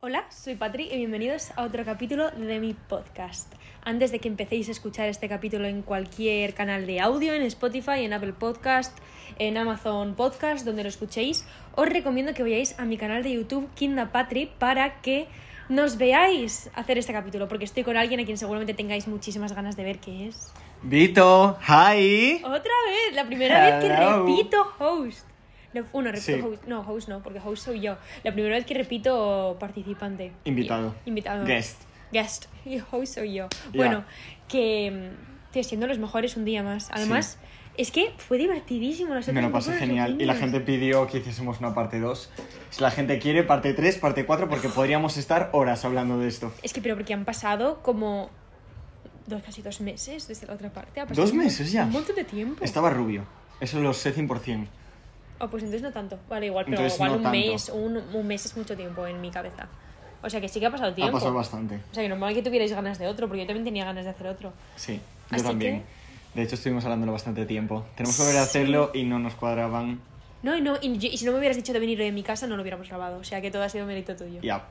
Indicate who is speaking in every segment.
Speaker 1: Hola, soy Patri y bienvenidos a otro capítulo de mi podcast. Antes de que empecéis a escuchar este capítulo en cualquier canal de audio, en Spotify, en Apple Podcast, en Amazon Podcast, donde lo escuchéis, os recomiendo que vayáis a mi canal de YouTube Kinda Patri para que nos veáis hacer este capítulo, porque estoy con alguien a quien seguramente tengáis muchísimas ganas de ver que es.
Speaker 2: Vito, hi.
Speaker 1: Otra vez, la primera vez que
Speaker 2: Hello.
Speaker 1: repito host. No, uno, repito
Speaker 2: Sí.
Speaker 1: host. No, host no, porque host soy yo. La primera vez que repito participante.
Speaker 2: Invitado.
Speaker 1: Y- invitado.
Speaker 2: Guest.
Speaker 1: Guest. Y host soy yo.
Speaker 2: Ya.
Speaker 1: Bueno, que. mm, Tío, siendo los mejores un día más. Además, es que fue divertidísimo. Las
Speaker 2: Me
Speaker 1: otras
Speaker 2: lo pasé
Speaker 1: personas
Speaker 2: genial. Y la
Speaker 1: opinions.
Speaker 2: gente pidió que hiciésemos una parte 2. Si la gente quiere, parte 3, parte 4, porque podríamos estar horas hablando de esto.
Speaker 1: Es que, pero porque han pasado como. Dos, casi dos meses desde la otra parte. Ha pasado
Speaker 2: ¿Dos
Speaker 1: un mon-
Speaker 2: meses ya?
Speaker 1: Un montón de tiempo.
Speaker 2: Estaba rubio. Eso lo sé 100%.
Speaker 1: Ah, pues entonces no tanto. Vale, igual, pero
Speaker 2: Entonces
Speaker 1: igual
Speaker 2: no
Speaker 1: un
Speaker 2: tanto.
Speaker 1: mes, un, un mes es mucho tiempo en mi cabeza. O sea que sí que ha pasado tiempo.
Speaker 2: Ha pasado bastante.
Speaker 1: O sea que normal que tuvierais ganas de otro, porque yo también tenía ganas de hacer otro.
Speaker 2: Sí, yo
Speaker 1: Así
Speaker 2: también. De hecho, estuvimos hablándolo bastante tiempo. Tenemos que volver a hacerlo y no nos cuadraban.
Speaker 1: No, y no, y, yo- y si no me hubieras dicho de venir de mi casa, no lo hubiéramos grabado. O sea que todo ha sido mérito tuyo.
Speaker 2: Ya.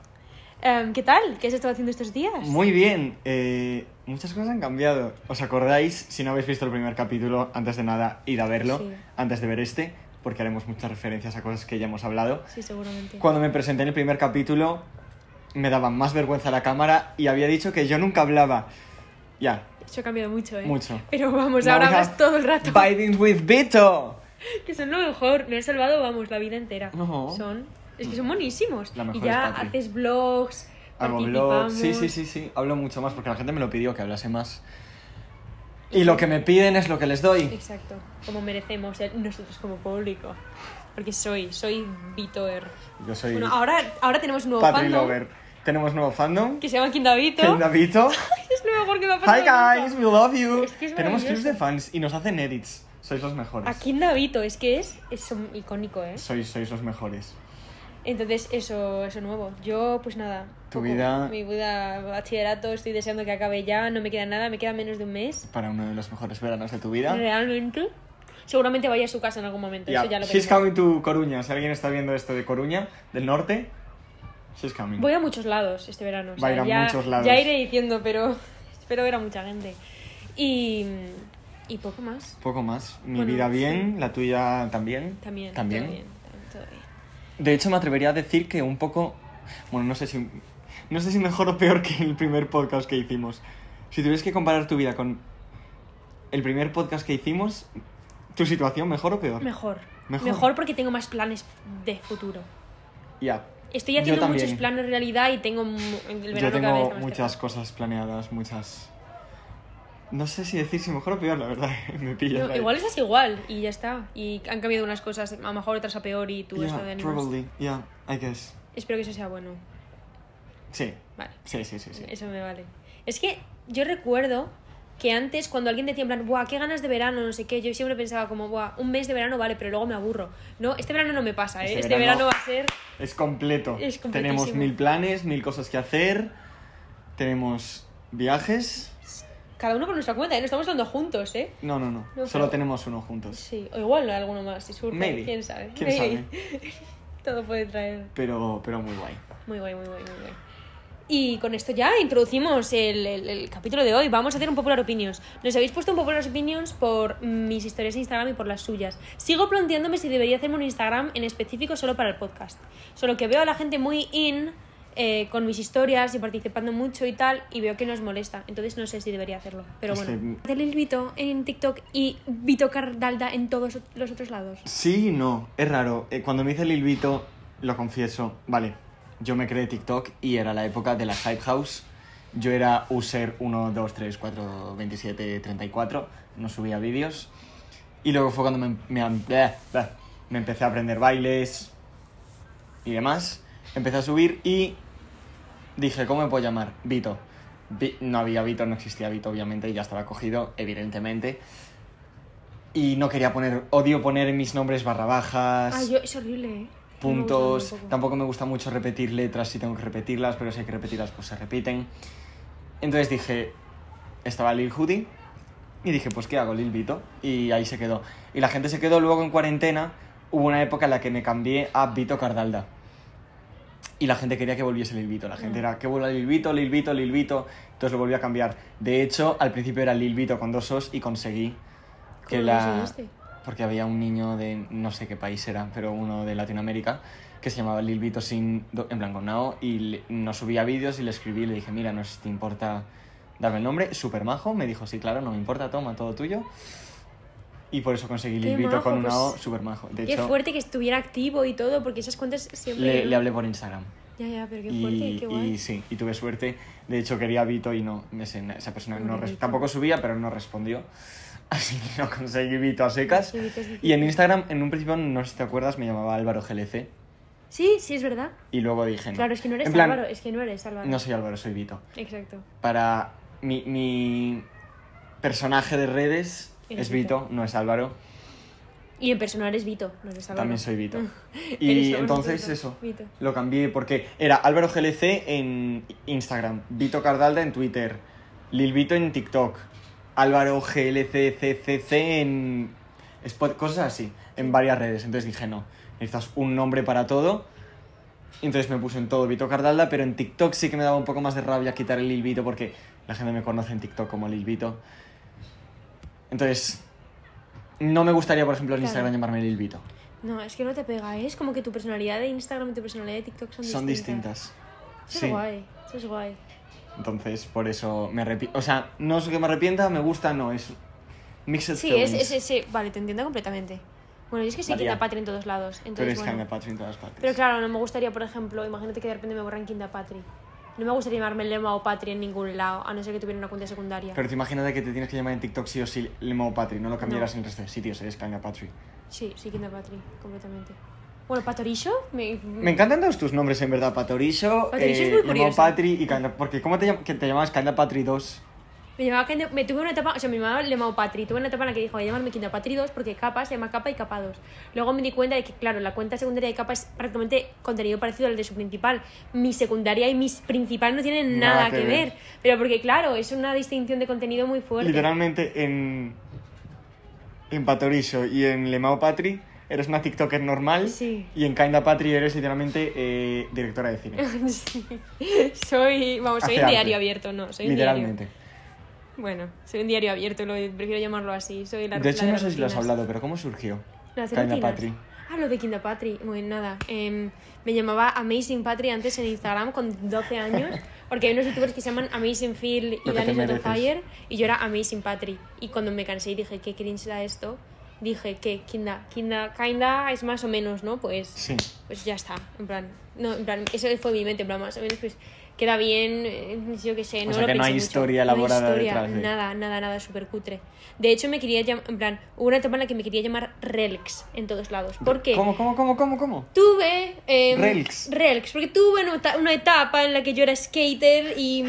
Speaker 1: Em, ¿Qué tal? ¿Qué has estado haciendo estos días?
Speaker 2: Muy bien, eh, muchas cosas han cambiado. ¿Os acordáis? Si no habéis visto el primer capítulo, antes de nada, id a verlo,
Speaker 1: Sí.
Speaker 2: antes de ver este, porque haremos muchas referencias a cosas que ya hemos hablado.
Speaker 1: Sí, seguramente.
Speaker 2: Cuando me presenté en el primer capítulo, me daba más vergüenza la cámara y había dicho que yo nunca hablaba. Ya,
Speaker 1: Eso ha cambiado mucho, ¿eh?
Speaker 2: mucho.
Speaker 1: Pero vamos,
Speaker 2: Now
Speaker 1: ahora
Speaker 2: we have
Speaker 1: vas todo el rato.
Speaker 2: Biden with Vito.
Speaker 1: Que son lo mejor. Me han salvado, vamos, la vida entera.
Speaker 2: No.
Speaker 1: Son. Es que son buenísimos.
Speaker 2: La mejor
Speaker 1: y ya
Speaker 2: es Patri.
Speaker 1: haces vlogs.
Speaker 2: Hago blog. Sí, sí,
Speaker 1: participamos.
Speaker 2: sí, sí. Hablo mucho más porque la gente me lo pidió que hablase más. Y lo que me piden es lo que les doy.
Speaker 1: Exacto, como merecemos el- nosotros como público. Porque soy, soy Vitoer.
Speaker 2: Yo soy
Speaker 1: Bueno, ahora, ahora tenemos un nuevo
Speaker 2: Patri
Speaker 1: fandom
Speaker 2: Lover. Tenemos nuevo fandom.
Speaker 1: que se llama Kindavito.
Speaker 2: Kenna Vito.
Speaker 1: Es lo mejor que me ha pasado.
Speaker 2: Hi guys,
Speaker 1: nunca.
Speaker 2: we love you.
Speaker 1: Es que es
Speaker 2: Tenemos
Speaker 1: maravilloso.
Speaker 2: clubs de fans y nos hacen edits. Sois los mejores.
Speaker 1: A Kindavito, es que es, es un icónico, ¿eh?
Speaker 2: Sois, sois los mejores.
Speaker 1: Entonces, eso, eso nuevo. Yo, pues nada.
Speaker 2: Tu vida-
Speaker 1: Mi vida, bachillerato, estoy deseando que acabe ya. No me queda nada, me queda menos de un mes.
Speaker 2: Para uno de los mejores veranos de tu vida.
Speaker 1: Mm. Realmente. Seguramente vaya a su casa en algún momento.
Speaker 2: Yeah,
Speaker 1: Eso ya lo
Speaker 2: she's
Speaker 1: veremos.
Speaker 2: coming to Coruña. Si alguien está viendo esto de Coruña, del norte, she's coming.
Speaker 1: Voy a muchos lados este verano. o sea,
Speaker 2: Va a ir a
Speaker 1: ya,
Speaker 2: muchos lados.
Speaker 1: Ya iré diciendo, pero espero ver a mucha gente. Y, y poco más.
Speaker 2: Poco más. Mi
Speaker 1: Bueno,
Speaker 2: vida
Speaker 1: sí.
Speaker 2: bien, la tuya también.
Speaker 1: También.
Speaker 2: También.
Speaker 1: Todo bien. todo bien.
Speaker 2: De hecho, me atrevería a decir que un poco. Bueno, no sé si. No sé si mejor o peor que el primer podcast que hicimos. Si tuvieras que comparar tu vida con el primer podcast que hicimos, ¿tu situación mejor o peor?
Speaker 1: Mejor.
Speaker 2: Mejor.
Speaker 1: porque tengo más planes de futuro.
Speaker 2: Ya.
Speaker 1: Estoy
Speaker 2: Yo
Speaker 1: haciendo
Speaker 2: también.
Speaker 1: muchos planes de realidad y tengo mu- el verano
Speaker 2: Yo
Speaker 1: cada vez
Speaker 2: tengo
Speaker 1: más
Speaker 2: muchas
Speaker 1: cerca.
Speaker 2: cosas planeadas, muchas. No sé si decir si mejor o peor, la verdad. Me pillas.
Speaker 1: No,
Speaker 2: ahí.
Speaker 1: igual estás igual y ya está. Y han cambiado unas cosas, a lo mejor otras a peor y tú
Speaker 2: Yeah,
Speaker 1: esto de ánimos.
Speaker 2: probably. Yeah, I guess.
Speaker 1: Espero que eso sea bueno.
Speaker 2: Sí,
Speaker 1: Vale.
Speaker 2: sí, sí, sí. sí.
Speaker 1: Eso me vale. Es que yo recuerdo que antes cuando alguien decía en plan, buah, qué ganas de verano, no sé qué, yo siempre pensaba como, buah, un mes de verano vale, pero luego me aburro. No, este verano no me pasa, ¿eh? Este,
Speaker 2: Este
Speaker 1: verano...
Speaker 2: verano-
Speaker 1: va a ser...
Speaker 2: Es completo.
Speaker 1: Es completísimo.
Speaker 2: tenemos mil planes, mil cosas que hacer. Tenemos viajes.
Speaker 1: Cada uno por nuestra cuenta, ¿eh? No estamos hablando juntos, ¿eh?
Speaker 2: No, no, no.
Speaker 1: No,
Speaker 2: Solo
Speaker 1: pero-
Speaker 2: tenemos uno juntos.
Speaker 1: Sí, o igual alguno más, si surge,
Speaker 2: Maybe.
Speaker 1: quién sabe.
Speaker 2: ¿Quién
Speaker 1: Maybe. Todo puede traer.
Speaker 2: Pero, pero muy guay.
Speaker 1: Muy guay, muy guay, muy guay. Y con esto ya introducimos el, el- el capítulo de hoy. Vamos a hacer un popular opinions. Nos habéis puesto un popular opinions por mis historias de Instagram y por las suyas. Sigo planteándome si debería hacerme un Instagram en específico solo para el podcast. Solo que veo a la gente muy in eh, con mis historias y participando mucho y tal, y veo que nos molesta. Entonces no sé si debería hacerlo. Pero
Speaker 2: Es
Speaker 1: bueno.
Speaker 2: que-
Speaker 1: Del el Vito en TikTok y Vito Cardalda en todos los otros lados.
Speaker 2: Sí, y no. Es raro. Eh, cuando me hice el Ilvito, lo confieso. Vale, yo me creé TikTok y era la época de la Hype House. Yo era user 1, 2, 3, 4, 27, 34. No subía vídeos. Y luego fue cuando me, me, am- bleh, bleh, me empecé a aprender bailes y demás. Empecé a subir y dije, ¿cómo me puedo llamar? Vito. Vi- no había Vito, no existía Vito, obviamente, ya estaba cogido, evidentemente. Y no quería poner, odio poner mis nombres barra bajas,
Speaker 1: Ah, yo, es horrible, ¿eh? No me gusta
Speaker 2: puntos.
Speaker 1: tampoco.
Speaker 2: Tampoco me gusta mucho repetir letras si tengo que repetirlas, pero si hay que repetirlas, pues se repiten. Entonces dije, estaba Lil Hoodie. Y dije, pues ¿qué hago, Lil Vito? Y ahí se quedó. Y la gente se quedó luego en cuarentena. Hubo una época en la que me cambié a Vito Cardalda. y la gente quería que volviese Lil Vito. La
Speaker 1: Mm.
Speaker 2: gente era que vuelva Lil Vito, Lil Vito, Lil Vito. Entonces lo volví a cambiar. De hecho, al principio era Lil Vito con dos os y conseguí que
Speaker 1: ¿Cómo lo
Speaker 2: la.
Speaker 1: conseguiste?
Speaker 2: Porque había un niño de no sé qué país era, pero uno de Latinoamérica, que se llamaba Lil Vito sin, do- en blanco nao y le- nos subía vídeos y le escribí y le dije, mira, no sé si te importa darme el nombre, super majo, me dijo, sí, claro, no me importa, toma, todo tuyo. Y por eso conseguí
Speaker 1: Qué
Speaker 2: Lil Vito
Speaker 1: majo,
Speaker 2: con una
Speaker 1: pues,
Speaker 2: O super majo. De
Speaker 1: Qué
Speaker 2: hecho,
Speaker 1: fuerte que estuviera activo y todo, porque esas cuentas siempre.
Speaker 2: le, le hablé por Instagram.
Speaker 1: Ya, ya, pero qué fuerte,
Speaker 2: Y,
Speaker 1: qué
Speaker 2: y
Speaker 1: guay.
Speaker 2: sí, y tuve suerte. De hecho, quería a Vito y no, ese- esa persona no
Speaker 1: Pobre
Speaker 2: res-
Speaker 1: Vito.
Speaker 2: tampoco subía, pero no respondió. Así que no conseguí Vito a secas.
Speaker 1: Sí, Vito es difícil.
Speaker 2: Y en Instagram, en un principio, no sé si te acuerdas, me llamaba Álvaro GLC.
Speaker 1: Sí, sí, es verdad.
Speaker 2: Y luego dije. no.
Speaker 1: Claro, es que no eres
Speaker 2: En plan,
Speaker 1: Álvaro, es que no eres Álvaro.
Speaker 2: No soy Álvaro, soy Vito.
Speaker 1: Exacto.
Speaker 2: Para. Mi, mi personaje de redes
Speaker 1: Eres
Speaker 2: es Vito, no es Álvaro.
Speaker 1: Y en persona eres Vito, no eres Álvaro.
Speaker 2: También soy Vito.
Speaker 1: Eres
Speaker 2: y
Speaker 1: Álvaro
Speaker 2: entonces
Speaker 1: Vito,
Speaker 2: eso.
Speaker 1: Vito.
Speaker 2: Lo cambié porque era Álvaro GLC en Instagram, Vito Cardalda en Twitter, Lil Vito en TikTok, Álvaro GLCCCC en Spot, cosas así, en varias redes. Entonces dije, no, necesitas un nombre para todo. Y Entonces me puse en todo Vito Cardalda, pero en TikTok sí que me daba un poco más de rabia quitar el Lil Vito porque la gente me conoce en TikTok como Lil Vito. Entonces, no me gustaría, por ejemplo, en
Speaker 1: Claro.
Speaker 2: Instagram llamarme Lil Vito.
Speaker 1: No, es que no te pega, ¿eh? es como que tu personalidad de Instagram y tu personalidad de TikTok son,
Speaker 2: Son
Speaker 1: distintas.
Speaker 2: distintas.
Speaker 1: Eso es guay, eso es guay.
Speaker 2: Entonces, por eso me arrepiento. O sea, no es que me arrepienta, me gusta, no, es. Mixed
Speaker 1: Sí, es
Speaker 2: feelings.
Speaker 1: ese, vale, te entiendo completamente. Bueno, yo es que soy
Speaker 2: María.
Speaker 1: Kinda Patri en todos lados,
Speaker 2: Pero
Speaker 1: entonces
Speaker 2: es
Speaker 1: bueno.
Speaker 2: Jaime Patri en todas partes.
Speaker 1: Pero claro, no me gustaría, por ejemplo, imagínate que de repente me borran Kinda Patri. No me gustaría llamarme Lema o Patri en ningún lado, a no ser que tuviera una cuenta secundaria.
Speaker 2: Pero te imagínate que te tienes que llamar en TikTok sí o sí Lemo Patri, no lo cambiarás
Speaker 1: No. Mm.
Speaker 2: en el resto de sitios, eres Jaime Patri.
Speaker 1: Sí, sí, Kinda Patri, completamente. Bueno, Patorillo, me...
Speaker 2: Me encantan todos tus nombres, en verdad, Patorillo,
Speaker 1: Patorillo es muy
Speaker 2: Lemo
Speaker 1: curioso.
Speaker 2: Patri y Kinda- Porque ¿cómo te, llam- que te llamabas Kinda Patri 2?
Speaker 1: Me llamaba Kinda- me tuve una etapa, o sea, me llamaba Lemao Patri, tuve una etapa en la que dijo, voy a llamarme Kinda Patri 2 porque capa se llama capa y capa 2. Luego me di cuenta de que, claro, la cuenta secundaria de capa es prácticamente contenido parecido al de su principal. Mi secundaria y mis principal no tienen nada, que, ver. pero porque, claro, es una distinción de contenido muy fuerte.
Speaker 2: Literalmente en. En Patorillo y en Lemao Patri eres una TikToker normal.
Speaker 1: Sí.
Speaker 2: Y en Kinda Patri eres literalmente eh, directora de cine.
Speaker 1: Sí. soy, vamos, soy
Speaker 2: Hace
Speaker 1: un
Speaker 2: arte.
Speaker 1: diario abierto, no, soy un diario.
Speaker 2: literalmente.
Speaker 1: Bueno, soy un diario abierto, lo, prefiero llamarlo así. Soy la
Speaker 2: De hecho,
Speaker 1: la
Speaker 2: no sé si lo has
Speaker 1: rutinas.
Speaker 2: hablado, pero ¿cómo surgió?
Speaker 1: No, hacer
Speaker 2: Kinda
Speaker 1: rutinas.
Speaker 2: Patri.
Speaker 1: Ah, lo de Kinda Patri. Muy bien, nada. Em, me llamaba Amazing Patri antes en Instagram con 12 años. Porque hay unos youtubers que se llaman Amazing Phil y
Speaker 2: Lo que te
Speaker 1: Dani Soto
Speaker 2: mereces.
Speaker 1: Fire. Y yo era Amazing Patri. Y cuando me cansé y dije, ¿qué cringe da esto? Dije que Kinda, Kinda, Kinda es más o menos, ¿no? Pues
Speaker 2: Sí.
Speaker 1: pues ya está, en plan, no, en plan, eso fue mi mente, en plan, más o menos, pues queda bien, eh, yo qué sé, no
Speaker 2: sea
Speaker 1: lo
Speaker 2: que no
Speaker 1: pensé
Speaker 2: hay
Speaker 1: mucho.
Speaker 2: historia elaborada
Speaker 1: no hay historia,
Speaker 2: detrás de-
Speaker 1: nada, nada, nada, súper cutre. De hecho, me quería llamar, en plan, hubo una etapa en la que me quería llamar Relx en todos lados, porque
Speaker 2: ¿Cómo, cómo, cómo, cómo, cómo?
Speaker 1: tuve... em,
Speaker 2: Relx.
Speaker 1: Relx, porque tuve una, eta- una etapa en la que yo era skater y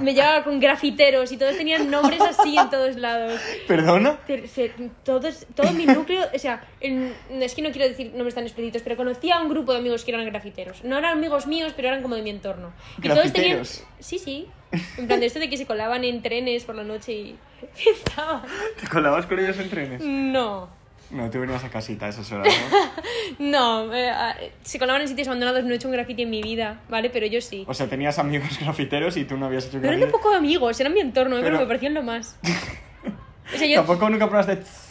Speaker 1: me llevaba con grafiteros y todos tenían nombres así en todos lados.
Speaker 2: ¿Perdona?
Speaker 1: Ter- se- todos, todo mi núcleo, o sea, en- es que no quiero decir nombres tan explícitos, pero conocía a un grupo de amigos que eran grafiteros. No eran amigos míos, pero eran como de mi entorno. Y todos tenían.
Speaker 2: ¿Grafiteros?
Speaker 1: Sí, sí. En plan, de esto de que se colaban en trenes por la noche y. estaban-
Speaker 2: ¿Te colabas con ellos en trenes?
Speaker 1: No.
Speaker 2: No, tú venías a casita a esas horas, ¿no?
Speaker 1: No, eh, ah, se colaban en sitios abandonados, no he hecho un graffiti en mi vida, ¿vale? Pero yo sí.
Speaker 2: O sea, tenías amigos grafiteros y tú no habías hecho
Speaker 1: Pero eran
Speaker 2: grafite.
Speaker 1: un poco amigos, eran mi entorno, eh, pero,
Speaker 2: Pero-
Speaker 1: me parecían lo más. O sea, yo
Speaker 2: Tampoco nunca probaste... tss.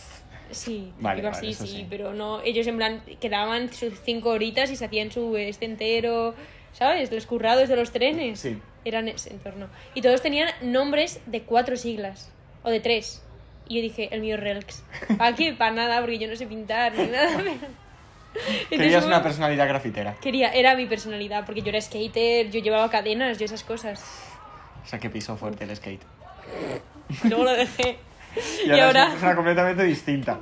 Speaker 1: Sí,
Speaker 2: Vale,
Speaker 1: algo
Speaker 2: vale,
Speaker 1: así,
Speaker 2: eso
Speaker 1: sí,
Speaker 2: sí.
Speaker 1: pero no, ellos en plan quedaban sus cinco horitas y se hacían su este entero, ¿sabes? Los currados de los trenes.
Speaker 2: Sí.
Speaker 1: Eran ese entorno. Y todos tenían nombres de cuatro siglas, o de tres. Y yo dije, el mío es Relx. ¿Para qué? Para nada, porque yo no sé pintar ni nada. pero- Entonces,
Speaker 2: Querías una
Speaker 1: bueno,
Speaker 2: personalidad grafitera.
Speaker 1: Quería, era mi personalidad, porque yo era skater, yo llevaba cadenas, yo esas cosas.
Speaker 2: O sea, que pisó fuerte el skate.
Speaker 1: Luego lo dejé.
Speaker 2: Y,
Speaker 1: Y
Speaker 2: ahora, es
Speaker 1: ahora-
Speaker 2: una persona completamente distinta.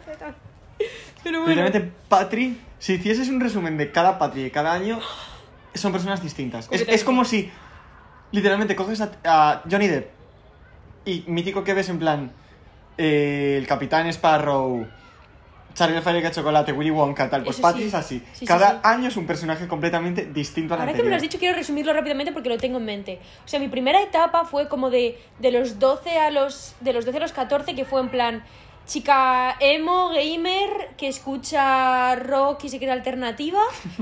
Speaker 1: Pero bueno.
Speaker 2: Literalmente, Patri, si hicieses un resumen de cada Patri de cada año, son personas distintas. Es, es como si, literalmente, coges a, a Johnny Depp y mítico que ves en plan, eh, el Capitán Sparrow, Charlie el Fábrica de Chocolate, Willy Wonka, tal, pues
Speaker 1: Eso
Speaker 2: Patri
Speaker 1: sí.
Speaker 2: es así.
Speaker 1: Sí, sí,
Speaker 2: cada
Speaker 1: sí.
Speaker 2: año es un personaje completamente distinto al
Speaker 1: Ahora que me
Speaker 2: anterior.
Speaker 1: lo has dicho, quiero resumirlo rápidamente porque lo tengo en mente. O sea, mi primera etapa fue como de, de los 12 a los de los 12 a los 14 que fue en plan chica emo, gamer, que escucha rock y se cree alternativa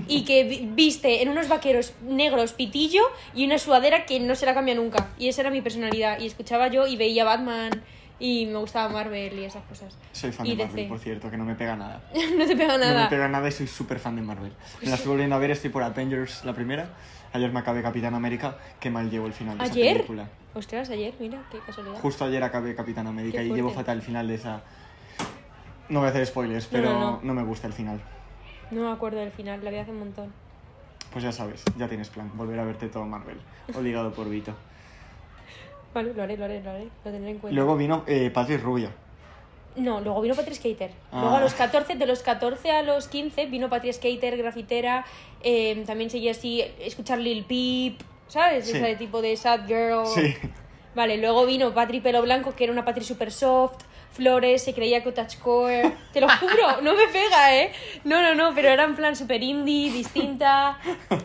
Speaker 1: y que vi- viste en unos vaqueros negros pitillo y una sudadera que no se la cambia nunca. Y esa era mi personalidad. Y escuchaba yo y veía Batman y me gustaba Marvel y esas cosas.
Speaker 2: Soy fan
Speaker 1: Y
Speaker 2: de
Speaker 1: DC.
Speaker 2: Marvel, por cierto, que no me pega nada.
Speaker 1: no te pega
Speaker 2: No me
Speaker 1: nada.
Speaker 2: pega nada y soy súper fan de Marvel.
Speaker 1: Pues
Speaker 2: Me la estoy volviendo a ver, estoy por Avengers la primera. Ayer me acabé Capitán América, que mal llevo el final de esa
Speaker 1: ¿Ayer?
Speaker 2: película.
Speaker 1: Ostras, ayer, mira, qué casualidad.
Speaker 2: Justo ayer acabé Capitán América
Speaker 1: Qué
Speaker 2: y llevo
Speaker 1: fuerte.
Speaker 2: fatal el final de esa. No voy a hacer spoilers,
Speaker 1: No,
Speaker 2: pero
Speaker 1: no, no.
Speaker 2: me gusta el final.
Speaker 1: No me acuerdo del final, la vi hace un montón.
Speaker 2: Pues ya sabes, ya tienes plan, volver a verte todo Marvel, obligado por Vito.
Speaker 1: Vale, lo haré, lo haré, lo haré, lo tendré en cuenta.
Speaker 2: Luego vino eh, Patrick Rubio.
Speaker 1: No, luego vino Patria Skater.
Speaker 2: Ah.
Speaker 1: Luego a los 14, de los 14 a los 15 vino Patria Skater, grafitera, eh, también seguía así, escuchar Lil Peep, ¿sabes?
Speaker 2: Sí.
Speaker 1: Ese tipo de sad girl.
Speaker 2: Sí,
Speaker 1: Vale, luego vino Patri Pelo Blanco, que era una Patri super soft, Flores, se creía que touchcore. Te lo juro, no me pega, ¿eh? No, no, no, pero era en plan super indie, distinta.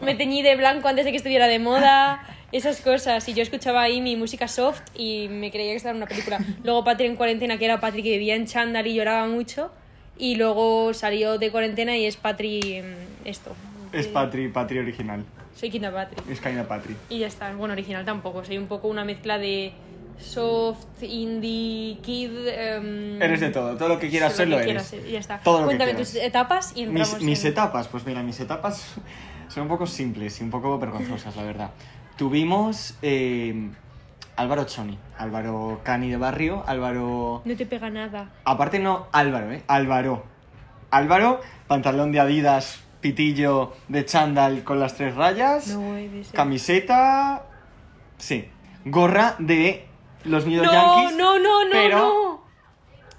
Speaker 1: Me teñí de blanco antes de que estuviera de moda. Esas cosas. Y yo escuchaba ahí mi música soft y me creía que estaba en una película. Luego Patri en cuarentena, que era Patri que vivía en chándal y lloraba mucho. Y luego salió de cuarentena y es Patri mm, esto.
Speaker 2: es Patri, Patri original.
Speaker 1: Soy Kinda Patri.
Speaker 2: Es Kaina Patri.
Speaker 1: Y ya está, bueno, original tampoco, soy un poco una mezcla de soft, indie, kid... em,
Speaker 2: Eres de todo, todo lo que quieras
Speaker 1: soy
Speaker 2: ser lo
Speaker 1: que
Speaker 2: eres.
Speaker 1: quiero ser, y ya está.
Speaker 2: Todo lo que
Speaker 1: Cuéntame
Speaker 2: quieras.
Speaker 1: tus etapas y entramos
Speaker 2: Mis, mis
Speaker 1: en-
Speaker 2: etapas, pues mira, mis etapas son un poco simples y un poco vergonzosas, la verdad. Tuvimos eh, Álvaro Choni, Álvaro Cani de Barrio, Álvaro...
Speaker 1: No te pega nada.
Speaker 2: Aparte no Álvaro, ¿eh? Álvaro. Álvaro, pantalón de Adidas, pitillo de chándal con las tres rayas,
Speaker 1: No puede ser.
Speaker 2: camiseta... Sí, gorra de los New York
Speaker 1: no,
Speaker 2: Yankees.
Speaker 1: no, no, no,
Speaker 2: pero-
Speaker 1: no.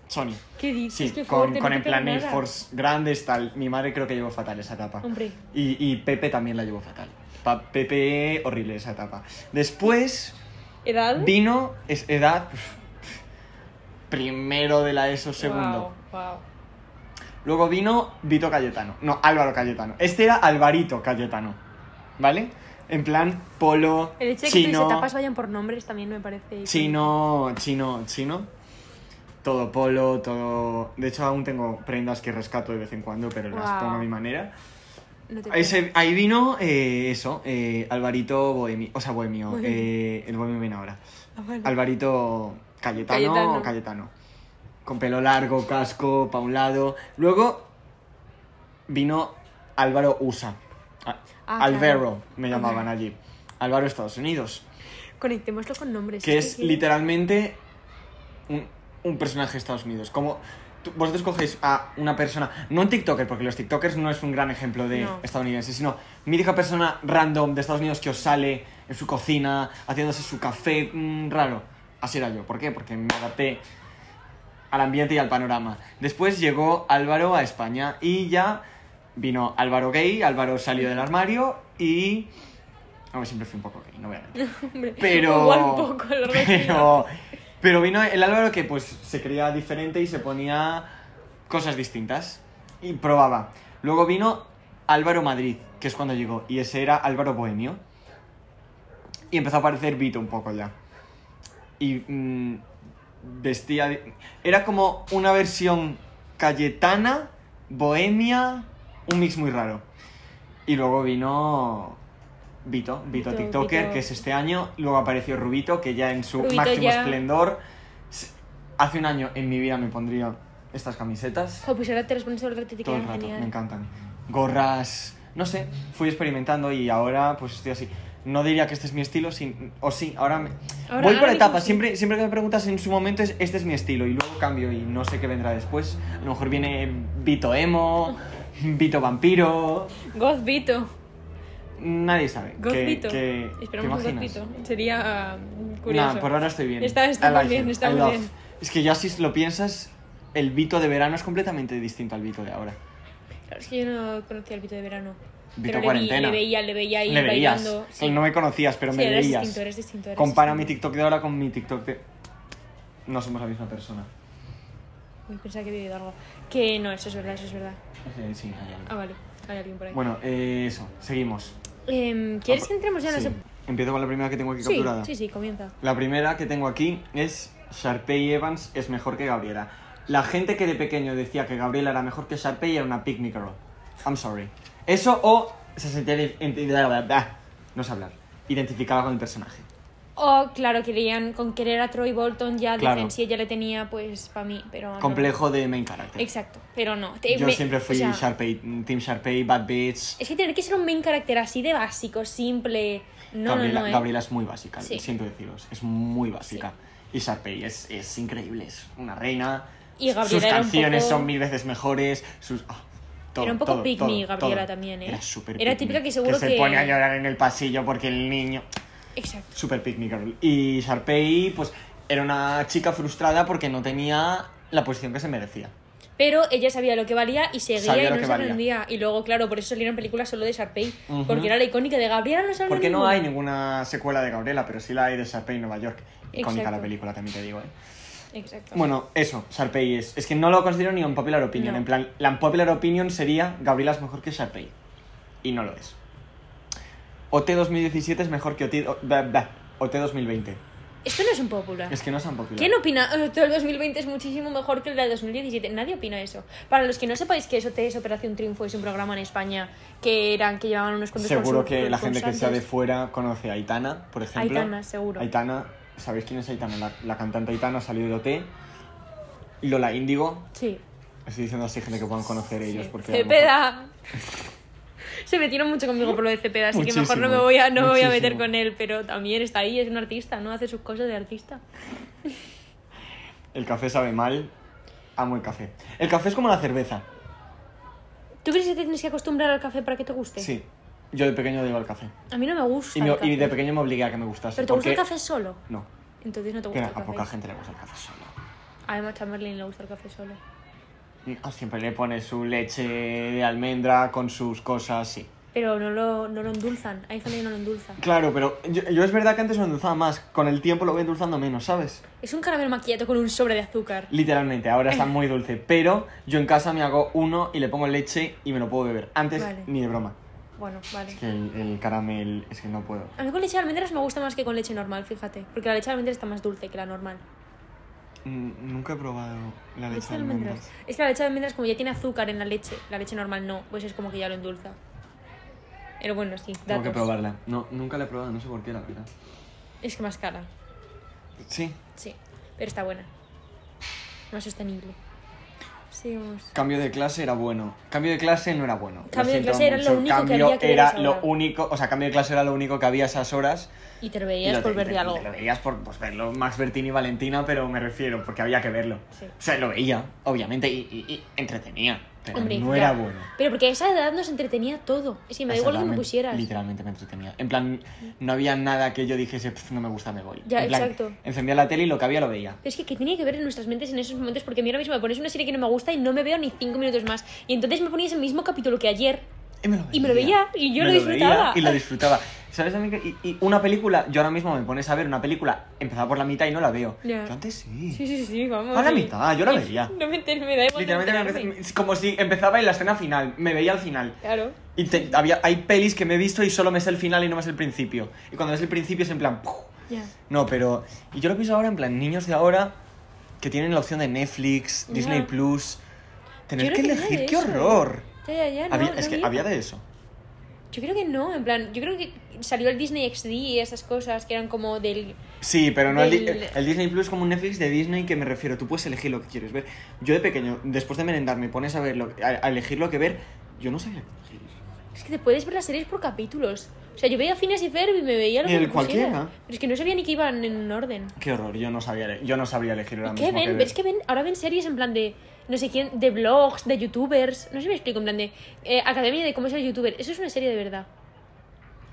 Speaker 2: Choni.
Speaker 1: ¿Qué dices?
Speaker 2: Sí,
Speaker 1: Qué
Speaker 2: con,
Speaker 1: fuerte,
Speaker 2: con
Speaker 1: no
Speaker 2: en
Speaker 1: te pega
Speaker 2: plan Air
Speaker 1: nada.
Speaker 2: Force grandes, tal. Mi madre creo que llevó fatal esa etapa.
Speaker 1: Hombre.
Speaker 2: Y, y Pepe también la llevó fatal. Pa- Pepe, horrible esa etapa. Después
Speaker 1: ¿Edad?
Speaker 2: vino es, edad. Primero de la ESO, segundo.
Speaker 1: Wow, wow.
Speaker 2: Luego vino Vito Cayetano. No, Álvaro Cayetano. Este era Alvarito Cayetano. ¿Vale? En plan polo,
Speaker 1: El hecho de que tus
Speaker 2: chino,
Speaker 1: etapas vayan por nombres también me parece...
Speaker 2: chino, chino, chino. Todo polo, todo... De hecho, aún tengo prendas que rescato de vez en cuando, pero las
Speaker 1: Guau.
Speaker 2: pongo a mi manera.
Speaker 1: No te pega.
Speaker 2: Ahí, se- ahí vino eh, eso, eh, Alvarito Bohemio, o sea, Bohemio,
Speaker 1: Bohemio.
Speaker 2: eh, el Bohemio viene ahora.
Speaker 1: Ah, vale.
Speaker 2: Alvarito Cayetano,
Speaker 1: Cayetano.
Speaker 2: Cayetano. Con pelo largo, casco, pa' un lado. Luego vino Álvaro USA. A-
Speaker 1: Ah,
Speaker 2: Alvaro
Speaker 1: claro.
Speaker 2: me llamaban
Speaker 1: Alvaro.
Speaker 2: allí. Álvaro Estados Unidos.
Speaker 1: Conectémoslo con nombres.
Speaker 2: Que es
Speaker 1: quiero-
Speaker 2: literalmente un, un personaje de Estados Unidos. Como tú- vosotros cogéis a una persona, no un TikToker, porque los TikTokers no es un gran ejemplo de
Speaker 1: No.
Speaker 2: estadounidense, sino mítica persona random de Estados Unidos que os sale en su cocina, haciéndose su café mm, raro. Así era yo. ¿Por qué? Porque me adapté al ambiente y al panorama. Después llegó Álvaro a España y ya vino Álvaro gay, Álvaro salió del armario y... A ver, siempre fui un poco gay, no voy a mentir.
Speaker 1: Hombre,
Speaker 2: Pero.
Speaker 1: Igual un poco. la verdad es que no.
Speaker 2: pero, pero vino el Álvaro que pues se creía diferente y se ponía cosas distintas. Y probaba. Luego vino Álvaro Madrid, que es cuando llegó. Y ese era Álvaro Bohemio. Y empezó a aparecer Vito un poco ya. Y mm, vestía. de- Era como una versión cayetana, bohemia, un mix muy raro. Y luego vino Vito, Vito,
Speaker 1: Vito,
Speaker 2: TikToker,
Speaker 1: Vito.
Speaker 2: que es este año. Luego apareció Rubito, que ya en su
Speaker 1: Rubito
Speaker 2: máximo
Speaker 1: ya.
Speaker 2: esplendor. s- Hace un año en mi vida me pondría estas camisetas.
Speaker 1: Jo, pues ahora te respondo sobre el ratito y
Speaker 2: Todo el
Speaker 1: queda
Speaker 2: rato,
Speaker 1: genial.
Speaker 2: me encantan. Gorras, no sé, fui experimentando y ahora pues estoy así. No diría que este es mi estilo, sin- o sí, ahora me...
Speaker 1: Ahora-
Speaker 2: Voy por
Speaker 1: ahora mismo
Speaker 2: etapas,
Speaker 1: sí.
Speaker 2: siempre, siempre que me preguntas en su momento es este es mi estilo y luego cambio y no sé qué vendrá después. A lo mejor viene Vito Emo, Vito Vampiro,
Speaker 1: Gozbito.
Speaker 2: nadie sabe. ¿Qué,
Speaker 1: Gozbito.
Speaker 2: qué- ¿te
Speaker 1: Esperamos un
Speaker 2: imaginas?
Speaker 1: gozbito. Sería um, curioso.
Speaker 2: Nah, por ahora estoy bien.
Speaker 1: Está- está
Speaker 2: I like
Speaker 1: muy bien,
Speaker 2: it,
Speaker 1: está
Speaker 2: I
Speaker 1: muy
Speaker 2: love.
Speaker 1: bien.
Speaker 2: Es que ya si lo piensas, el Vito de verano es completamente distinto al Vito de ahora.
Speaker 1: Claro, es que yo no conocía el Vito de verano.
Speaker 2: Vito
Speaker 1: Pero le, vi-
Speaker 2: cuarentena.
Speaker 1: le veía, le veía ahí
Speaker 2: le veías.
Speaker 1: bailando.
Speaker 2: Eh, No me conocías, pero
Speaker 1: Sí,
Speaker 2: me
Speaker 1: eres
Speaker 2: veías.
Speaker 1: distinto, eres distinto. eres
Speaker 2: Compara mi
Speaker 1: distinto.
Speaker 2: TikTok de ahora con mi TikTok de... No somos la misma persona.
Speaker 1: Uy, pensaba que había oído algo. Que no, eso es verdad, eso es verdad.
Speaker 2: Eh, sí, hay algo.
Speaker 1: Ah, vale. Hay alguien por ahí.
Speaker 2: Bueno, eh, eso. Seguimos.
Speaker 1: Em, ¿Quieres que entremos ya? No
Speaker 2: Sí.
Speaker 1: sé.
Speaker 2: Empiezo con la primera que tengo aquí
Speaker 1: Sí,
Speaker 2: capturada.
Speaker 1: sí, sí, comienza.
Speaker 2: La primera que tengo aquí es Sharpay Evans es mejor que Gabriela. La gente que de pequeño decía que Gabriela era mejor que Sharpay era una picnic girl. I'm sorry. Eso o se sentía... ident- ident- No sé hablar. Identificaba con el personaje.
Speaker 1: Ah, O, Oh, claro, querían con querer a Troy Bolton ya
Speaker 2: Claro.
Speaker 1: dicen si ella le tenía, pues para mí, pero. no.
Speaker 2: Complejo de main character.
Speaker 1: Exacto, pero no. Te-
Speaker 2: Yo
Speaker 1: me-
Speaker 2: siempre fui
Speaker 1: o sea,
Speaker 2: Sharpay, Team Sharpay, Bad Bitch.
Speaker 1: Es que tener que ser un main character así de básico, simple. No,
Speaker 2: Gabriela,
Speaker 1: no, no. eh.
Speaker 2: Gabriela es muy básica,
Speaker 1: Sí.
Speaker 2: siento deciros. Es muy básica. Y Sharpay es, es increíble, es una reina.
Speaker 1: Y Gabriela
Speaker 2: sus
Speaker 1: era un
Speaker 2: canciones
Speaker 1: poco-
Speaker 2: son mil veces mejores. Sus... ah, todo,
Speaker 1: Era un poco
Speaker 2: todo,
Speaker 1: pick
Speaker 2: todo,
Speaker 1: me, Gabriela
Speaker 2: todo.
Speaker 1: también, ¿eh?
Speaker 2: Era súper
Speaker 1: Era
Speaker 2: pick
Speaker 1: típica
Speaker 2: me,
Speaker 1: que seguro
Speaker 2: se
Speaker 1: que-
Speaker 2: pone a llorar en el pasillo porque el niño...
Speaker 1: Exacto.
Speaker 2: Super pick me girl. Y Sharpay, pues, era una chica frustrada porque no tenía la posición que se merecía.
Speaker 1: Pero ella sabía lo que valía y seguía
Speaker 2: Sabía
Speaker 1: y
Speaker 2: lo
Speaker 1: no
Speaker 2: que
Speaker 1: se
Speaker 2: valía.
Speaker 1: rendía. Y luego, claro, por eso salieron películas solo de Sharpay.
Speaker 2: Ujú.
Speaker 1: Porque era la icónica de Gabriela, no salió
Speaker 2: Porque no
Speaker 1: ninguna.
Speaker 2: hay ninguna secuela de Gabriela, pero sí la hay de Sharpay en Nueva York. Icónica
Speaker 1: Exacto.
Speaker 2: la película, también te digo, ¿eh?
Speaker 1: Exacto.
Speaker 2: Bueno, eso, Sharpay es. Es que no lo considero ni un popular opinion.
Speaker 1: No.
Speaker 2: En plan, la popular opinion sería Gabriela es mejor que Sharpay. Y no lo es. OT 2017 es mejor que OT, o- bla, bla, OT 2020.
Speaker 1: Esto no es un popular.
Speaker 2: Es que no es tan popular.
Speaker 1: ¿Quién opina? eh, Todo el 2020 es muchísimo mejor que el de 2017. Nadie opina eso. Para los que no sepáis que eso te es Operación Triunfo, es un programa en España que eran que llevaban unos cuantos
Speaker 2: Seguro
Speaker 1: concur-
Speaker 2: que la gente que sea de
Speaker 1: concursantes.
Speaker 2: fuera conoce a Aitana, por ejemplo.
Speaker 1: Aitana, seguro.
Speaker 2: Aitana, ¿sabéis quién es Aitana? La, la cantante Aitana salió de OT. Lola Índigo.
Speaker 1: Sí.
Speaker 2: Estoy diciendo así gente que puedan conocer ellos.
Speaker 1: Sí.
Speaker 2: porque a lo mejor-
Speaker 1: Cepeda. Se metieron mucho conmigo por lo de Cepeda, así que mejor no me
Speaker 2: Muchísimo,
Speaker 1: voy a, no me voy a meter
Speaker 2: muchísimo.
Speaker 1: con él, pero también está ahí, es un artista, ¿no? Hace sus cosas de artista.
Speaker 2: El café sabe mal. Amo el café. El café es como la cerveza.
Speaker 1: ¿Tú crees que te tienes que acostumbrar al café para que te guste?
Speaker 2: Sí. Yo de pequeño digo al café.
Speaker 1: A mí no me gusta.
Speaker 2: Y, me-
Speaker 1: Pues el café.
Speaker 2: y de pequeño me obligué a que me gustase.
Speaker 1: Pero te gusta el
Speaker 2: porque-
Speaker 1: café solo.
Speaker 2: No.
Speaker 1: Entonces no te
Speaker 2: que
Speaker 1: gusta
Speaker 2: a
Speaker 1: el café.
Speaker 2: poca gente le gusta el café solo.
Speaker 1: Además, Chamberlain le gusta el café solo.
Speaker 2: No, siempre le pone su leche de almendra con sus cosas, sí.
Speaker 1: Pero no lo, no lo endulzan. Hay gente que no lo endulza.
Speaker 2: Claro, pero yo, yo es verdad que antes lo endulzaba más. Con el tiempo lo voy endulzando menos, ¿sabes?
Speaker 1: Es un caramelo maquillado con un sobre de azúcar.
Speaker 2: Literalmente, ahora está muy dulce. Pero yo en casa me hago uno y le pongo leche y me lo puedo beber. Antes,
Speaker 1: Vale.
Speaker 2: ni de broma.
Speaker 1: Bueno, vale.
Speaker 2: Es que el, el caramel, es que no puedo.
Speaker 1: A mí con leche de almendras me gusta más que con leche normal, fíjate. Porque la leche de almendras está más dulce que la normal.
Speaker 2: Mm, Nunca he probado la leche
Speaker 1: Leche
Speaker 2: de
Speaker 1: de
Speaker 2: almendras.
Speaker 1: almendras. Es que la leche de almendras como ya tiene azúcar en la leche, la leche normal no, pues es como que ya lo endulza. Pero bueno, sí, datos.
Speaker 2: Tengo que probarla. No, nunca la he probado, no sé por qué, la verdad.
Speaker 1: Es que más cara,
Speaker 2: Sí.
Speaker 1: sí, pero está buena. Más sostenible. Sigamos.
Speaker 2: Cambio de clase era bueno. Cambio de clase no era bueno. Lo
Speaker 1: Cambio de
Speaker 2: siento
Speaker 1: clase era lo
Speaker 2: mucho.
Speaker 1: único que
Speaker 2: Cambio
Speaker 1: había que ver
Speaker 2: era
Speaker 1: esa
Speaker 2: lo
Speaker 1: hora.
Speaker 2: único, o sea, cambio de clase era lo único que había esas horas.
Speaker 1: Y te lo veías
Speaker 2: lo
Speaker 1: por
Speaker 2: te-
Speaker 1: ver
Speaker 2: te-
Speaker 1: de algo.
Speaker 2: Lo veías por pues, verlo Max Bertini y Valentina, pero me refiero, porque había que verlo.
Speaker 1: Sí.
Speaker 2: O sea, lo veía, obviamente, y, y- y entretenía. Pero
Speaker 1: Hombre,
Speaker 2: no
Speaker 1: ya.
Speaker 2: era bueno.
Speaker 1: Pero porque a esa edad nos entretenía todo. Es que me da
Speaker 2: O
Speaker 1: igual lo
Speaker 2: sea,
Speaker 1: que me
Speaker 2: realmente-
Speaker 1: pusieras.
Speaker 2: Literalmente me entretenía. En plan, no había nada que yo dijese, "Pf, no me gusta, me voy.
Speaker 1: Ya,
Speaker 2: En plan,
Speaker 1: exacto.
Speaker 2: Encendía la tele y lo que había lo veía.
Speaker 1: Pero es que, ¿qué tenía que ver en nuestras mentes en esos momentos? Porque a mí ahora mismo me pones una serie que no me gusta y no me veo ni cinco minutos más. Y entonces me ponías el mismo capítulo que ayer.
Speaker 2: Y me lo veía.
Speaker 1: Y me lo veía, y yo
Speaker 2: Me
Speaker 1: lo disfrutaba.
Speaker 2: veía y lo disfrutaba. ¿Sabes también que- y, y una película, yo ahora mismo me pones a ver una película empezada por la mitad y no la veo.
Speaker 1: Ya.
Speaker 2: Yo antes sí.
Speaker 1: Sí, sí, sí, sí, vamos.
Speaker 2: A la
Speaker 1: sí.
Speaker 2: mitad, yo la veía.
Speaker 1: No me enter- me da igual.
Speaker 2: Literalmente me
Speaker 1: enterarme.
Speaker 2: empecé- como si empezaba en la escena final, me veía al final.
Speaker 1: Claro.
Speaker 2: Y te- había, hay pelis que me he visto y solo me sé el final y no me sé el principio. Y cuando ves el principio es en plan... ¡puf!
Speaker 1: Ya.
Speaker 2: No, pero... Y yo lo pienso ahora en plan, niños de ahora que tienen la opción de Netflix,
Speaker 1: Ya.
Speaker 2: Disney Plus... Tener
Speaker 1: Yo
Speaker 2: que
Speaker 1: no tenía
Speaker 2: elegir,
Speaker 1: de
Speaker 2: qué
Speaker 1: eso.
Speaker 2: horror.
Speaker 1: Ya, ya, ya. No,
Speaker 2: Había-
Speaker 1: no
Speaker 2: es que
Speaker 1: había.
Speaker 2: había de eso.
Speaker 1: Yo creo que no, en plan, yo creo que salió el Disney XD y esas cosas que eran como del.
Speaker 2: Sí, pero no el di-
Speaker 1: Del-
Speaker 2: el, Disney Plus es como un Netflix de Disney que me refiero. Tú puedes elegir lo que quieres ver. Yo de pequeño, después de merendar, me pones a ver lo- a, a elegir lo que ver. Yo no sabía. qué elegir.
Speaker 1: Es que te puedes ver las series por capítulos. O sea, yo veía Phineas y Ferb y me veía lo
Speaker 2: Y
Speaker 1: que me
Speaker 2: el
Speaker 1: pusiera.
Speaker 2: cualquiera.
Speaker 1: Pero es que no sabía ni que iban en un orden.
Speaker 2: Qué horror. Yo no sabía. Yo no sabría elegir ahora
Speaker 1: ¿Y qué
Speaker 2: mismo
Speaker 1: ven?
Speaker 2: qué ver.
Speaker 1: Pero es que ven, ahora ven series en plan de. No sé quién, de blogs, de youtubers. No sé si me explico, en plan de. eh, Academia de cómo ser youtuber. Eso es una serie de verdad.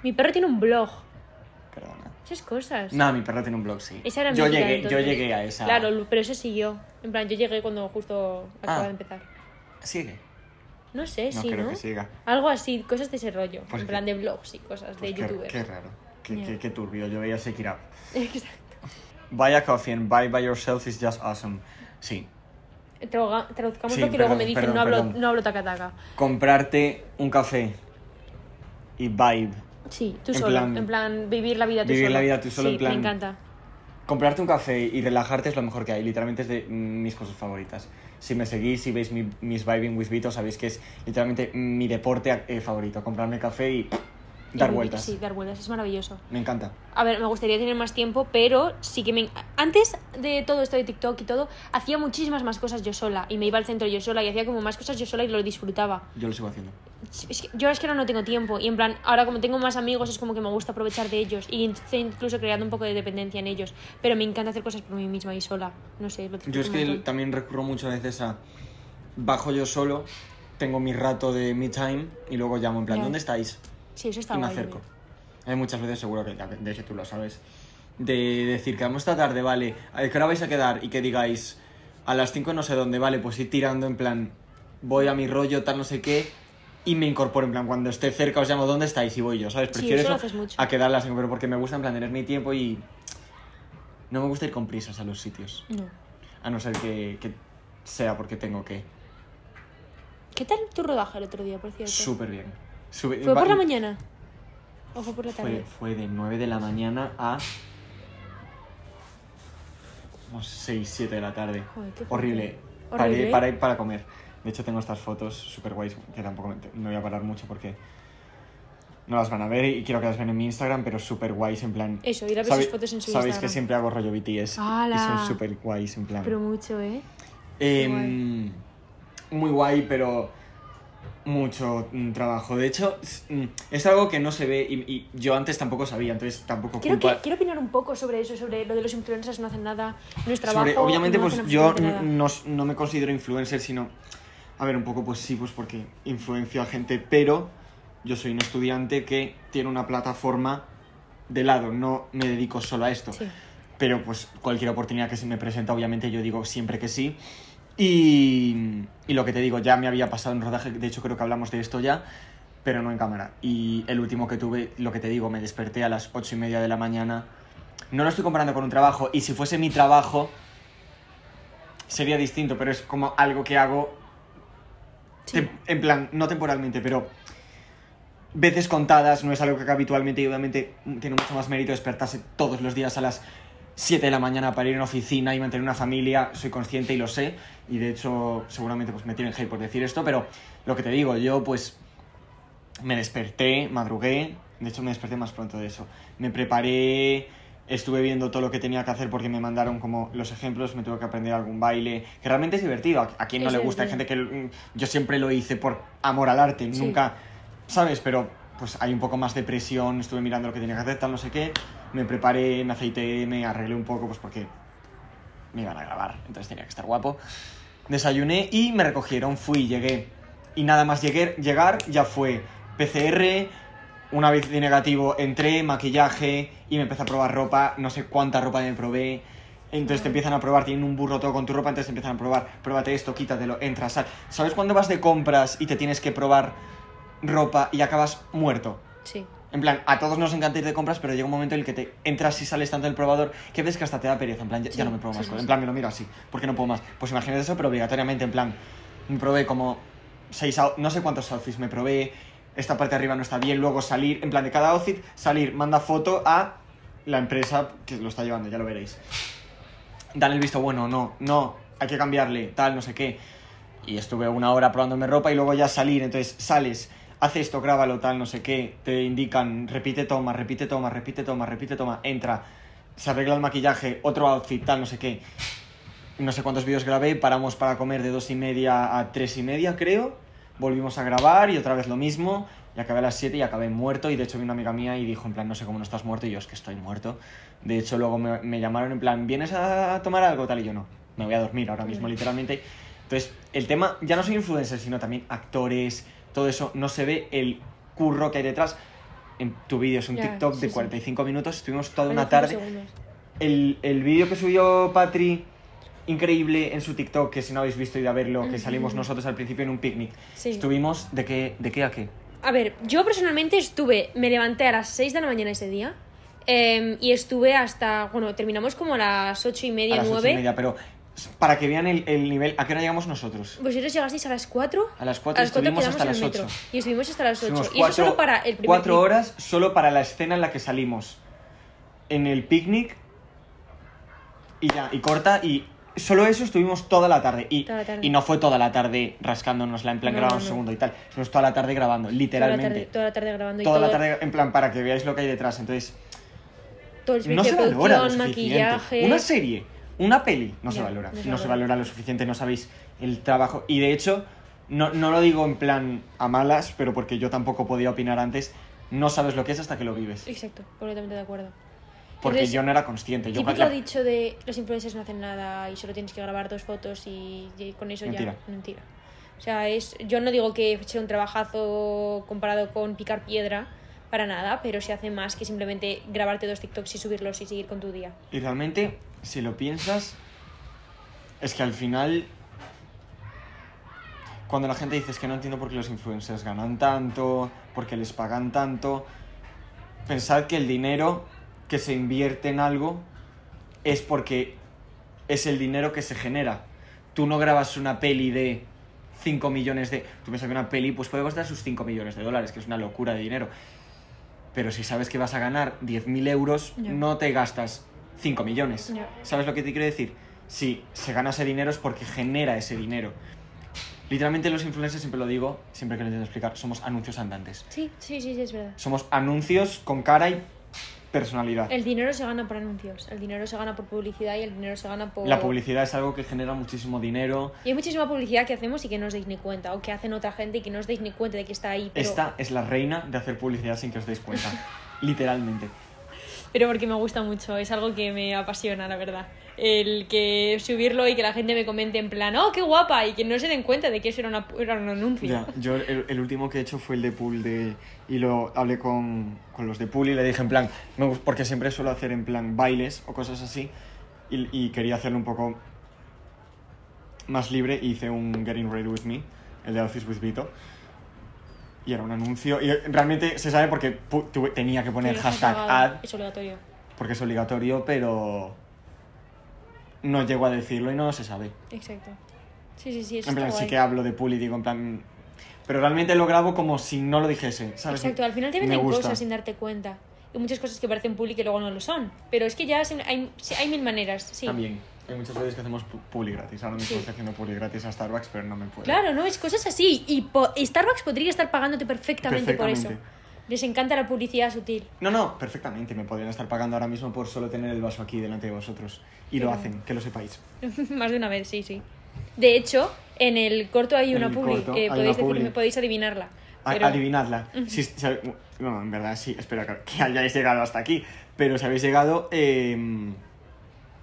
Speaker 1: Mi perro tiene un blog.
Speaker 2: Perdona.
Speaker 1: Esas cosas.
Speaker 2: No, mi perro tiene un blog, sí.
Speaker 1: Esa era
Speaker 2: yo
Speaker 1: mi vida,
Speaker 2: llegué,
Speaker 1: entonces.
Speaker 2: yo llegué a esa.
Speaker 1: Claro, lo- pero eso siguió. En plan, yo llegué cuando justo acaba
Speaker 2: Ah.
Speaker 1: de empezar.
Speaker 2: Sigue.
Speaker 1: No sé,
Speaker 2: No
Speaker 1: sí,
Speaker 2: creo
Speaker 1: ¿no?
Speaker 2: que siga.
Speaker 1: Algo así, cosas de ese rollo.
Speaker 2: Pues
Speaker 1: en
Speaker 2: que-
Speaker 1: plan de blogs y cosas
Speaker 2: Pues
Speaker 1: de
Speaker 2: qué,
Speaker 1: youtubers.
Speaker 2: qué raro. Qué,
Speaker 1: Ya.
Speaker 2: qué- qué turbio. Yo veía Sekirab.
Speaker 1: Exacto.
Speaker 2: Buy a coffee and buy by yourself is just awesome. Sí.
Speaker 1: Trauga- Traduzcamos
Speaker 2: Sí,
Speaker 1: lo que luego
Speaker 2: perdón,
Speaker 1: me dicen,
Speaker 2: perdón,
Speaker 1: no, hablo,
Speaker 2: perdón.
Speaker 1: no hablo taca taca.
Speaker 2: Comprarte un café y vibe.
Speaker 1: Sí, tú
Speaker 2: En
Speaker 1: solo.
Speaker 2: plan-
Speaker 1: en plan, vivir la vida tú
Speaker 2: Vivir
Speaker 1: solo.
Speaker 2: la vida tú solo,
Speaker 1: Sí,
Speaker 2: en plan-
Speaker 1: Me encanta.
Speaker 2: Comprarte un café y relajarte es lo mejor que hay. Literalmente es de mm, mis cosas favoritas. Si me seguís, si veis mi- mis Vibing with Vito, sabéis que es literalmente mi deporte eh, favorito. Comprarme café y
Speaker 1: Y
Speaker 2: dar
Speaker 1: vivir-
Speaker 2: vueltas.
Speaker 1: Sí, dar vueltas, es maravilloso.
Speaker 2: Me encanta.
Speaker 1: A ver, me gustaría tener más tiempo, pero sí que me... Antes de todo esto de TikTok y todo, hacía muchísimas más cosas yo sola. Y me iba al centro yo sola y hacía como más cosas yo sola y lo disfrutaba.
Speaker 2: Yo lo sigo haciendo.
Speaker 1: Es que- yo es que ahora no tengo tiempo. Y en plan, ahora como tengo más amigos, es como que me gusta aprovechar de ellos. Y estoy incluso creando un poco de dependencia en ellos. Pero me encanta hacer cosas por mí misma y sola. No sé, lo
Speaker 2: Yo es
Speaker 1: disfruto
Speaker 2: que
Speaker 1: un montón.
Speaker 2: también recurro muchas veces a. Bajo yo solo, tengo mi rato de me time y luego llamo en plan,
Speaker 1: Ya.
Speaker 2: ¿dónde estáis?
Speaker 1: Sí, eso está
Speaker 2: y me
Speaker 1: guay, yo
Speaker 2: acerco.
Speaker 1: creo.
Speaker 2: Hay muchas veces, seguro que de hecho tú lo sabes, de decir que vamos esta tarde, vale, ¿a qué hora vais a quedar? Y que digáis, a las 5 no sé dónde, vale, pues ir tirando en plan, voy a mi rollo, tal no sé qué, y me incorporo en plan, cuando esté cerca os llamo, ¿dónde estáis? Y voy yo, ¿sabes?
Speaker 1: Sí,
Speaker 2: Prefiero
Speaker 1: eso lo
Speaker 2: eso
Speaker 1: haces mucho.
Speaker 2: a quedar a las 5, pero porque me gusta en plan tener mi tiempo y no me gusta ir con prisas a los sitios,
Speaker 1: No.
Speaker 2: a no ser que, que sea porque tengo que.
Speaker 1: ¿Qué tal tu rodaje el otro día, por cierto?
Speaker 2: Súper bien. Súper-
Speaker 1: ¿Fue
Speaker 2: va-
Speaker 1: por la mañana? ¿O fue por la
Speaker 2: Fue,
Speaker 1: tarde?
Speaker 2: fue de 9 de la mañana a. como 6, 7 de la tarde.
Speaker 1: Joder, qué fuerte.
Speaker 2: Horrible.
Speaker 1: Horrible.
Speaker 2: Paré, paré para comer. De hecho, tengo estas fotos súper guays que tampoco me, no voy a parar mucho porque no las van a ver y quiero que las vean en mi Instagram, pero súper guays en plan.
Speaker 1: Eso, ir a ver
Speaker 2: Sabe-
Speaker 1: sus fotos en su
Speaker 2: Sabéis que
Speaker 1: Instagram.
Speaker 2: siempre hago rollo BTS y
Speaker 1: ¡Hala!
Speaker 2: son súper guays en plan.
Speaker 1: Pero mucho, ¿eh?
Speaker 2: Em,
Speaker 1: guay.
Speaker 2: muy guay, pero mucho mm, trabajo. De hecho, es, mm, es algo que no se ve y, y yo antes tampoco sabía, entonces tampoco
Speaker 1: Quiero,
Speaker 2: culpa-
Speaker 1: que- quiero opinar un poco sobre eso, sobre lo de los influencers no hacen nada, no es trabajo.
Speaker 2: sobre- obviamente,
Speaker 1: no
Speaker 2: pues
Speaker 1: hacen
Speaker 2: yo
Speaker 1: absolutamente nada.
Speaker 2: no, no me considero influencer, sino. A ver, un poco, pues sí, pues porque influencio a gente, pero yo soy un estudiante que tiene una plataforma de lado, no me dedico solo a esto.
Speaker 1: Sí.
Speaker 2: Pero pues cualquier oportunidad que se me presenta, obviamente yo digo siempre que sí. Y, y lo que te digo, ya me había pasado en rodaje, de hecho creo que hablamos de esto ya, pero no en cámara. Y el último que tuve, lo que te digo, me desperté a las ocho y media de la mañana. No lo estoy comparando con un trabajo, y si fuese mi trabajo, sería distinto, pero es como algo que hago,
Speaker 1: Sí.
Speaker 2: tem- en plan, no temporalmente, pero veces contadas, no es algo que haga habitualmente y obviamente tiene mucho más mérito despertarse todos los días a las 7 de la mañana para ir a una oficina y mantener una familia, soy consciente y lo sé, y de hecho seguramente pues me tienen hate por decir esto, pero lo que te digo, yo pues me desperté, madrugué, de hecho me desperté más pronto de eso, me preparé, estuve viendo todo lo que tenía que hacer porque me mandaron como los ejemplos, me tuve que aprender algún baile, que realmente es divertido, a, a quien no
Speaker 1: Es
Speaker 2: le gusta, hay gente
Speaker 1: divertido.
Speaker 2: que mm, yo siempre lo hice por amor al arte,
Speaker 1: Sí.
Speaker 2: nunca, ¿sabes? Pero pues hay un poco más de presión, estuve mirando lo que tenía que hacer, tal, no sé qué, me preparé, me aceité, me arreglé un poco, pues porque me iban a grabar, entonces tenía que estar guapo. Desayuné y me recogieron, fui, llegué. Y nada más llegué, llegar ya fue PCR, una vez de negativo entré, maquillaje y me empecé a probar ropa, no sé cuánta ropa me probé. Entonces te empiezan a probar, tienen un burro todo con tu ropa, entonces te empiezan a probar, pruébate esto, quítatelo, entras, sal. ¿Sabes cuando vas de compras y te tienes que probar ropa y acabas muerto?
Speaker 1: Sí.
Speaker 2: En plan, a todos nos encanta ir de compras, pero llega un momento en el que te entras y sales tanto del probador que ves que hasta te da pereza. En plan, ya, ya
Speaker 1: Sí,
Speaker 2: no me pruebo
Speaker 1: sí,
Speaker 2: más
Speaker 1: sí,
Speaker 2: cosas.
Speaker 1: sí.
Speaker 2: En plan, me lo miro así, porque no puedo más. Pues imagínate eso, pero obligatoriamente, en plan, me probé como seis, out- no sé cuántos outfits me probé. Esta parte de arriba no está bien, luego salir, en plan, de cada outfit, salir, manda foto a la empresa que lo está llevando, ya lo veréis. Dan el visto bueno, no, no, hay que cambiarle, tal, no sé qué. Y estuve una hora probándome ropa y luego ya salir. Entonces sales, haces esto, grábalo, tal, no sé qué. Te indican, repite toma, repite toma, repite toma, repite toma. Entra, se arregla el maquillaje, otro outfit, tal, no sé qué. No sé cuántos vídeos grabé, paramos para comer de dos y media a tres y media, creo. Volvimos a grabar y otra vez lo mismo. Y acabé a las 7 y acabé muerto. Y de hecho, vi una amiga mía y dijo: En plan, no sé cómo no estás muerto. Y yo, es que estoy muerto. De hecho, luego me, me llamaron en plan: ¿vienes a tomar algo? Tal. Y yo, no, me voy a dormir ahora mismo,
Speaker 1: Claro.
Speaker 2: literalmente. Entonces, el tema, ya no soy influencer, sino también actores, todo eso, no se ve el curro que hay detrás. En tu vídeo es un
Speaker 1: Ya,
Speaker 2: TikTok
Speaker 1: sí,
Speaker 2: de
Speaker 1: sí.
Speaker 2: 45 minutos, estuvimos toda
Speaker 1: Bueno,
Speaker 2: una
Speaker 1: cinco
Speaker 2: tarde.
Speaker 1: segundos.
Speaker 2: El, el vídeo que subió Patri, increíble, en su TikTok, que si no habéis visto, id a verlo, que salimos
Speaker 1: Ujú.
Speaker 2: nosotros al principio en un picnic.
Speaker 1: Sí.
Speaker 2: Estuvimos, ¿de qué, ¿de qué a qué?
Speaker 1: A ver, yo personalmente estuve, me levanté a las 6 de la mañana ese día em, y estuve hasta, bueno, terminamos como a las 8 y
Speaker 2: A
Speaker 1: media,
Speaker 2: las ocho
Speaker 1: 9.
Speaker 2: y media, pero para que vean el, el nivel, ¿a qué hora llegamos nosotros?
Speaker 1: Vosotros llegasteis a las 4.
Speaker 2: A las cuatro estuvimos hasta las ocho.
Speaker 1: Y estuvimos hasta las 8.
Speaker 2: Fuimos
Speaker 1: y eso solo para el primer
Speaker 2: cuatro
Speaker 1: clip.
Speaker 2: horas solo para la escena en la que salimos. En el picnic y ya, y corta y solo eso estuvimos toda la tarde y,
Speaker 1: Toda la tarde.
Speaker 2: y no fue toda la tarde rascándonosla en plan
Speaker 1: No,
Speaker 2: grabamos
Speaker 1: no.
Speaker 2: un segundo y tal, estuvimos toda la tarde grabando,
Speaker 1: Toda la,
Speaker 2: literalmente.
Speaker 1: tarde, toda la tarde grabando
Speaker 2: Toda
Speaker 1: y
Speaker 2: la
Speaker 1: todo-
Speaker 2: tarde en plan para que veáis lo que hay detrás, entonces
Speaker 1: todo el servicio
Speaker 2: no se
Speaker 1: de
Speaker 2: valora lo
Speaker 1: producción,
Speaker 2: suficiente.
Speaker 1: maquillaje.
Speaker 2: Una serie, una peli, no se
Speaker 1: Ya,
Speaker 2: valora.
Speaker 1: no se
Speaker 2: No, se
Speaker 1: valora.
Speaker 2: valora lo suficiente, no sabéis el trabajo. Y de hecho, no, no lo digo en plan a malas, pero porque yo tampoco podía opinar antes. No sabes lo que es hasta que lo vives.
Speaker 1: Exacto, completamente de acuerdo.
Speaker 2: Porque
Speaker 1: Entonces,
Speaker 2: yo no era consciente. Yo
Speaker 1: Típico
Speaker 2: la-
Speaker 1: dicho de los influencers no hacen nada y solo tienes que grabar dos fotos y, y con eso
Speaker 2: Mentira.
Speaker 1: ya. Mentira. O sea, es, yo no digo que sea un trabajazo comparado con picar piedra, para nada, pero se hace más que simplemente grabarte dos TikToks y subirlos y seguir con tu día.
Speaker 2: Y realmente, si lo piensas, es que al final. Cuando la gente dice es que no entiendo por qué los influencers ganan tanto, por qué les pagan tanto, pensad que el dinero que se invierte en algo es porque es el dinero que se genera. Tú no grabas una peli de 5 millones de... Tú piensas que una peli pues puede costar sus 5 millones de dólares, que es una locura de dinero. Pero si sabes que vas a ganar 10.000 euros,
Speaker 1: Ya.
Speaker 2: no te gastas 5 millones.
Speaker 1: Ya.
Speaker 2: ¿Sabes lo que te quiero decir? Si se gana ese dinero es porque genera ese dinero. Literalmente los influencers, siempre lo digo, siempre que lo intento explicar, somos anuncios andantes.
Speaker 1: Sí, sí, sí, sí, es verdad.
Speaker 2: Somos anuncios con cara y personalidad.
Speaker 1: El dinero se gana por anuncios, el dinero se gana por publicidad y el dinero se gana por...
Speaker 2: La publicidad es algo que genera muchísimo dinero.
Speaker 1: Y hay muchísima publicidad que hacemos y que no os dais ni cuenta, o que hacen otra gente y que no os dais ni cuenta de que está ahí. Pero,
Speaker 2: Esta es la reina de hacer publicidad sin que os deis cuenta. Literalmente.
Speaker 1: pero porque me gusta mucho, es algo que me apasiona, la verdad. El que subirlo y que la gente me comente en plan, oh, qué guapa, y que no se den cuenta de que eso era, una, era un anuncio.
Speaker 2: Ya, yo el, el último que he hecho fue el de pool de... Y lo hablé con, con los de pool y le dije en plan... Me, gust- porque siempre suelo hacer en plan bailes o cosas así. Y, y quería hacerlo un poco más libre y hice un Getting Ready With Me, el de Office With Vito. Y era un anuncio. Y eh, realmente se sabe porque pu- tuve- tenía que poner
Speaker 1: Pero
Speaker 2: hashtag
Speaker 1: es
Speaker 2: ad
Speaker 1: obligado, Es obligatorio.
Speaker 2: porque es obligatorio, pero no llego a decirlo y no se sabe.
Speaker 1: Exacto. Sí, sí, sí, eso
Speaker 2: En plan,
Speaker 1: está
Speaker 2: sí
Speaker 1: guay.
Speaker 2: que hablo de pool y digo, en plan. Pero realmente lo grabo como si no lo dijese, ¿sabes?
Speaker 1: Exacto, al final te
Speaker 2: Me
Speaker 1: venden
Speaker 2: gusta.
Speaker 1: cosas sin darte cuenta. Y muchas cosas que parecen públicas y que luego no lo son. Pero es que ya se- hay, sí, hay mil maneras, sí.
Speaker 2: También. Hay muchas veces que hacemos pu- pool y gratis. Ahora mismo
Speaker 1: Sí.
Speaker 2: estoy haciendo pool y gratis a Starbucks, pero no me puedo.
Speaker 1: Claro, no, es cosas así. Y po- Starbucks podría estar pagándote perfectamente, por eso.
Speaker 2: Perfectamente.
Speaker 1: Les encanta la publicidad sutil.
Speaker 2: No, no, perfectamente. Me podrían estar pagando ahora mismo por solo tener el vaso aquí delante de vosotros. Y lo
Speaker 1: Pero-
Speaker 2: hacen, que lo sepáis.
Speaker 1: Más de una vez, sí, sí. De hecho, en el corto hay
Speaker 2: En
Speaker 1: una
Speaker 2: el
Speaker 1: publi.
Speaker 2: corto
Speaker 1: eh,
Speaker 2: hay una
Speaker 1: podéis, decirme-
Speaker 2: publi.
Speaker 1: podéis adivinarla.
Speaker 2: A-
Speaker 1: pero-
Speaker 2: Adivinadla. Si- si- no, en verdad sí, espero que, que hayáis llegado hasta aquí. Pero si habéis llegado, eh,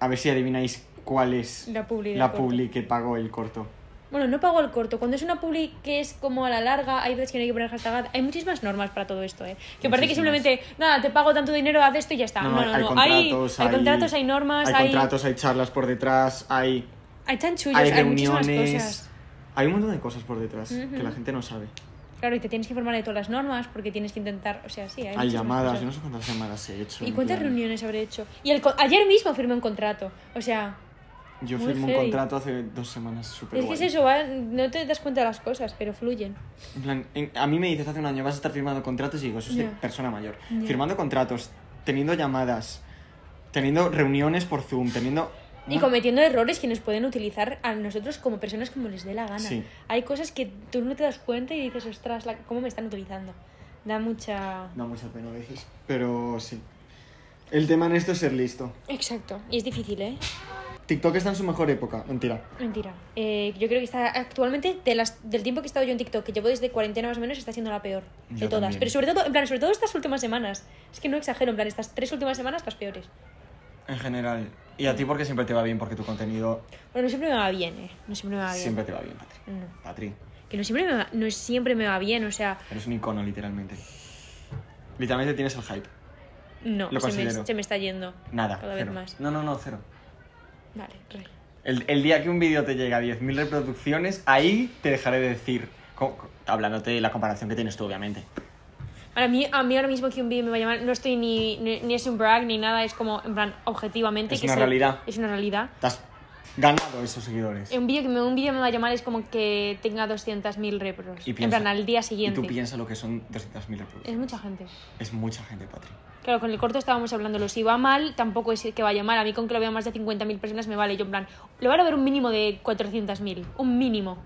Speaker 2: a ver si adivináis cuál es
Speaker 1: La publi del
Speaker 2: la
Speaker 1: corto.
Speaker 2: publi que pagó el corto.
Speaker 1: Bueno, no pago el corto. Cuando es una publi que es como a la larga, hay veces que no hay que poner hashtag. ad. Hay muchísimas normas para todo esto, ¿eh? Que parece que
Speaker 2: Muchísimas.
Speaker 1: simplemente, nada, te pago tanto dinero, haz esto y ya está. No, no, no. Hay, hay contratos, hay normas,
Speaker 2: hay,
Speaker 1: hay,
Speaker 2: contratos, hay charlas por detrás, hay,
Speaker 1: hay chanchullos,
Speaker 2: hay
Speaker 1: hay, muchísimas
Speaker 2: reuniones.
Speaker 1: cosas.
Speaker 2: Hay un montón de cosas por detrás
Speaker 1: Ujú.
Speaker 2: que la gente no sabe.
Speaker 1: Claro, y te tienes que informar de todas las normas porque tienes que intentar, o sea, sí, hay,
Speaker 2: Hay,
Speaker 1: muchísimas
Speaker 2: llamadas,
Speaker 1: cosas.
Speaker 2: yo no sé cuántas llamadas he hecho.
Speaker 1: ¿Y
Speaker 2: en
Speaker 1: cuántas
Speaker 2: plan.
Speaker 1: reuniones habré hecho? Y el, co- ayer mismo firmé un contrato. O sea,
Speaker 2: Yo
Speaker 1: Muy
Speaker 2: firmé un
Speaker 1: heavy.
Speaker 2: contrato hace dos semanas, súper
Speaker 1: es que es eso, va, no te das cuenta de las cosas, pero fluyen.
Speaker 2: En plan, en- a mí me dices hace un año vas a estar firmando contratos y digo, eso es de
Speaker 1: Ya.
Speaker 2: persona mayor.
Speaker 1: Ya.
Speaker 2: Firmando contratos, teniendo llamadas, teniendo reuniones por Zoom, teniendo...
Speaker 1: Y cometiendo errores que nos pueden utilizar a nosotros como personas como les dé la gana.
Speaker 2: Sí.
Speaker 1: Hay cosas que tú no te das cuenta y dices, ostras, la- ¿cómo me están utilizando? Da mucha...
Speaker 2: Da mucha pena a veces, pero sí. El tema en esto es ser listo.
Speaker 1: Exacto. Y es difícil, ¿eh?
Speaker 2: TikTok está en su mejor época, mentira.
Speaker 1: Mentira. Eh, yo creo que está actualmente, de las, del tiempo que he estado yo en TikTok, que llevo desde cuarentena más o menos, está siendo la peor de
Speaker 2: Yo
Speaker 1: todas.
Speaker 2: también.
Speaker 1: Pero sobre todo, en plan, sobre todo estas últimas semanas. Es que no exagero, en plan, estas tres últimas semanas las peores.
Speaker 2: En general. Y a ti porque siempre te va bien, porque tu contenido
Speaker 1: Bueno, no siempre me va bien, ¿eh? No siempre me va bien.
Speaker 2: siempre te va bien, Patri.
Speaker 1: No.
Speaker 2: Patri,
Speaker 1: Que no siempre, me va, no siempre me va bien, o sea,
Speaker 2: eres un icono, literalmente. Literalmente tienes el hype.
Speaker 1: no,
Speaker 2: Lo
Speaker 1: se me,
Speaker 2: considero.
Speaker 1: se me está yendo.
Speaker 2: Nada,
Speaker 1: Cada
Speaker 2: cero.
Speaker 1: vez más.
Speaker 2: No, no, no, cero.
Speaker 1: Vale, re.
Speaker 2: El, el día que un vídeo te llega a 10.000 reproducciones, ahí te dejaré de decir, co- co- hablándote de la comparación que tienes tú, obviamente.
Speaker 1: Ahora, a mí, a mí ahora mismo que un vídeo me va a llamar, no estoy ni, ni, ni es un brag ni nada, es como, en plan, objetivamente.
Speaker 2: Es
Speaker 1: que
Speaker 2: una
Speaker 1: sí,
Speaker 2: realidad.
Speaker 1: Es una realidad.
Speaker 2: Te has Ganado esos seguidores.
Speaker 1: Un vídeo que me, un vídeo me va a llamar es como que tenga 200.000 repros.
Speaker 2: Y
Speaker 1: en
Speaker 2: piensa-
Speaker 1: plan, al día
Speaker 2: Y
Speaker 1: siguiente.
Speaker 2: tú piensas lo que son 200.000 reproducciones.
Speaker 1: es mucha gente.
Speaker 2: Es mucha gente, Patri.
Speaker 1: Claro, con el corto estábamos hablándolo. Si va mal, tampoco es que vaya mal. A mí con que lo vean más de 50.000 personas me vale. Yo en plan, lo van a ver un mínimo de 400.000. Un mínimo.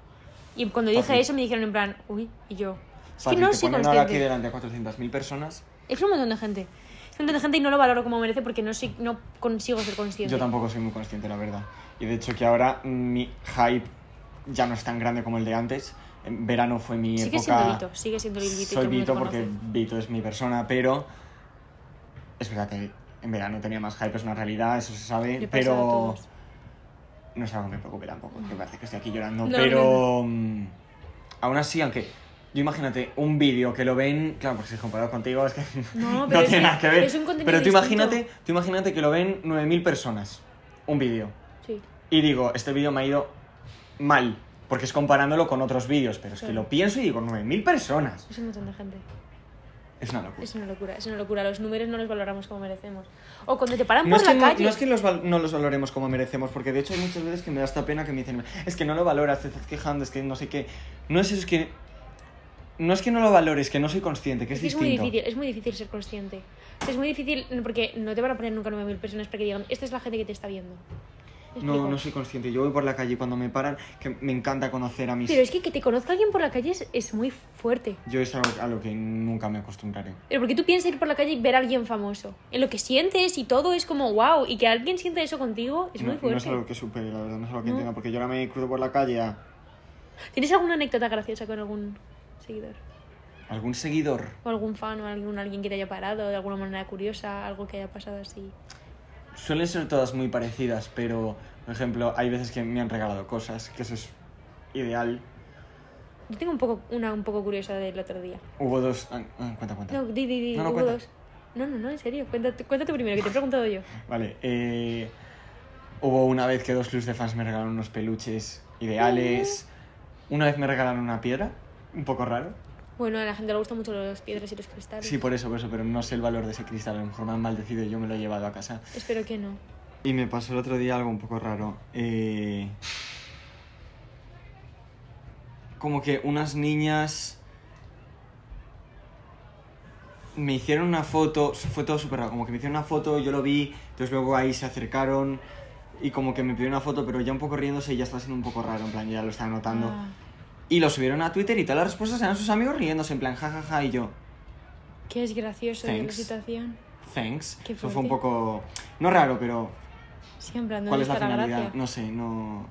Speaker 1: Y cuando dije
Speaker 2: Papi.
Speaker 1: eso me dijeron en plan, uy, y yo. Es
Speaker 2: Patri,
Speaker 1: que no
Speaker 2: te
Speaker 1: soy
Speaker 2: ponen ahora aquí
Speaker 1: consciente.
Speaker 2: delante a 400.000 personas.
Speaker 1: Es un montón de gente. Es un montón de gente y no lo valoro como merece porque no, soy- no consigo ser consciente.
Speaker 2: Yo tampoco soy muy consciente, la verdad. Y de hecho que ahora mi hype ya no es tan grande como el de antes. En verano fue mi
Speaker 1: Sigue
Speaker 2: época...
Speaker 1: siendo Vito, sigue siendo el Vito. y todo
Speaker 2: Soy
Speaker 1: el mundo
Speaker 2: Vito
Speaker 1: te
Speaker 2: porque
Speaker 1: conoce.
Speaker 2: Vito es mi persona, pero es verdad que en verano tenía más hype, es una realidad, eso se sabe,
Speaker 1: Le pasa a
Speaker 2: pero
Speaker 1: todos.
Speaker 2: no es algo que me preocupe tampoco, que parece que estoy aquí llorando,
Speaker 1: No,
Speaker 2: pero
Speaker 1: no,
Speaker 2: mm, aún así, aunque yo imagínate un vídeo que lo ven, claro, porque si comparado contigo es que
Speaker 1: No,
Speaker 2: no,
Speaker 1: pero es
Speaker 2: tiene
Speaker 1: que
Speaker 2: nada que ver,
Speaker 1: es un contenido
Speaker 2: pero tú
Speaker 1: distinto.
Speaker 2: imagínate, tú imagínate que lo ven 9000 personas un vídeo
Speaker 1: Sí.
Speaker 2: y digo, este vídeo me ha ido mal, porque es comparándolo con otros vídeos, pero es que
Speaker 1: Claro.
Speaker 2: lo pienso y digo 9000 personas.
Speaker 1: Es un montón de gente.
Speaker 2: Es una locura.
Speaker 1: Es una locura, es una locura. Los números no los valoramos como merecemos. O cuando te paran
Speaker 2: No es,
Speaker 1: por
Speaker 2: que
Speaker 1: la
Speaker 2: no,
Speaker 1: calle.
Speaker 2: no es que los val- no los valoremos como merecemos, porque de hecho hay muchas veces que me da esta pena que me dicen, es que no lo valoras, te estás quejando, es que no sé qué. No es eso, es que. No es que no lo valores, que no soy consciente, que es,
Speaker 1: Es que es muy
Speaker 2: distinto.
Speaker 1: difícil, es muy difícil ser consciente. Es muy difícil porque no te van a poner nunca 9.000 personas para que digan, esta es la gente que te está viendo. ¿Me
Speaker 2: No,
Speaker 1: explico?
Speaker 2: no soy consciente. Yo voy por la calle y cuando me paran, que me encanta conocer a mis.
Speaker 1: Pero es que que te conozca alguien por la calle es, es muy fuerte.
Speaker 2: Yo es algo a lo que nunca me acostumbraré.
Speaker 1: Pero porque tú piensas ir por la calle y ver a alguien famoso. En lo que sientes y todo es como wow. Y que alguien sienta eso contigo es
Speaker 2: no,
Speaker 1: muy
Speaker 2: no es
Speaker 1: fuerte.
Speaker 2: algo que supere, la verdad, no es algo que
Speaker 1: No.
Speaker 2: entienda, porque yo ahora me cruzo por la calle a
Speaker 1: ¿Tienes alguna anécdota graciosa con algún seguidor?
Speaker 2: algún seguidor.
Speaker 1: O algún fan o algún, alguien que te haya parado de alguna manera curiosa, algo que haya pasado así.
Speaker 2: Suelen ser todas muy parecidas, pero, por ejemplo, hay veces que me han regalado cosas, que eso es ideal.
Speaker 1: Yo tengo un poco, una un poco curiosa del otro día.
Speaker 2: Hubo dos. ah, ah, cuenta, cuenta.
Speaker 1: No, di, di, di,
Speaker 2: No, no,
Speaker 1: hubo
Speaker 2: cuenta.
Speaker 1: dos. No, no, no, en serio. Cuéntate, cuéntate primero, que te he preguntado yo.
Speaker 2: Vale, eh, hubo una vez que dos clubs de fans me regalaron unos peluches ideales. Una vez me regalaron una piedra, un poco raro.
Speaker 1: Bueno, a la gente le gustan mucho los piedras y los cristales.
Speaker 2: Sí, por eso, por eso, pero no sé el valor de ese cristal. A lo mejor me han maldecido y yo me lo he llevado a casa.
Speaker 1: Espero que no.
Speaker 2: Y me pasó el otro día algo un poco raro. eh, como que unas niñas me hicieron una foto, fue todo súper raro, como que me hicieron una foto, yo lo vi, entonces luego ahí se acercaron y como que me pidieron una foto, pero ya un poco riéndose y ya estaba siendo un poco raro, en plan, ya lo estaba notando.
Speaker 1: Ah.
Speaker 2: Y lo subieron a Twitter y todas las respuestas eran sus amigos riéndose, en plan, jajaja, y yo,
Speaker 1: Qué es gracioso de la
Speaker 2: Thanks.
Speaker 1: situación.
Speaker 2: thanks.
Speaker 1: Qué
Speaker 2: Eso fue un
Speaker 1: fuerte.
Speaker 2: poco, no raro, pero
Speaker 1: Siempre andando
Speaker 2: ¿Cuál es la finalidad? No sé, no.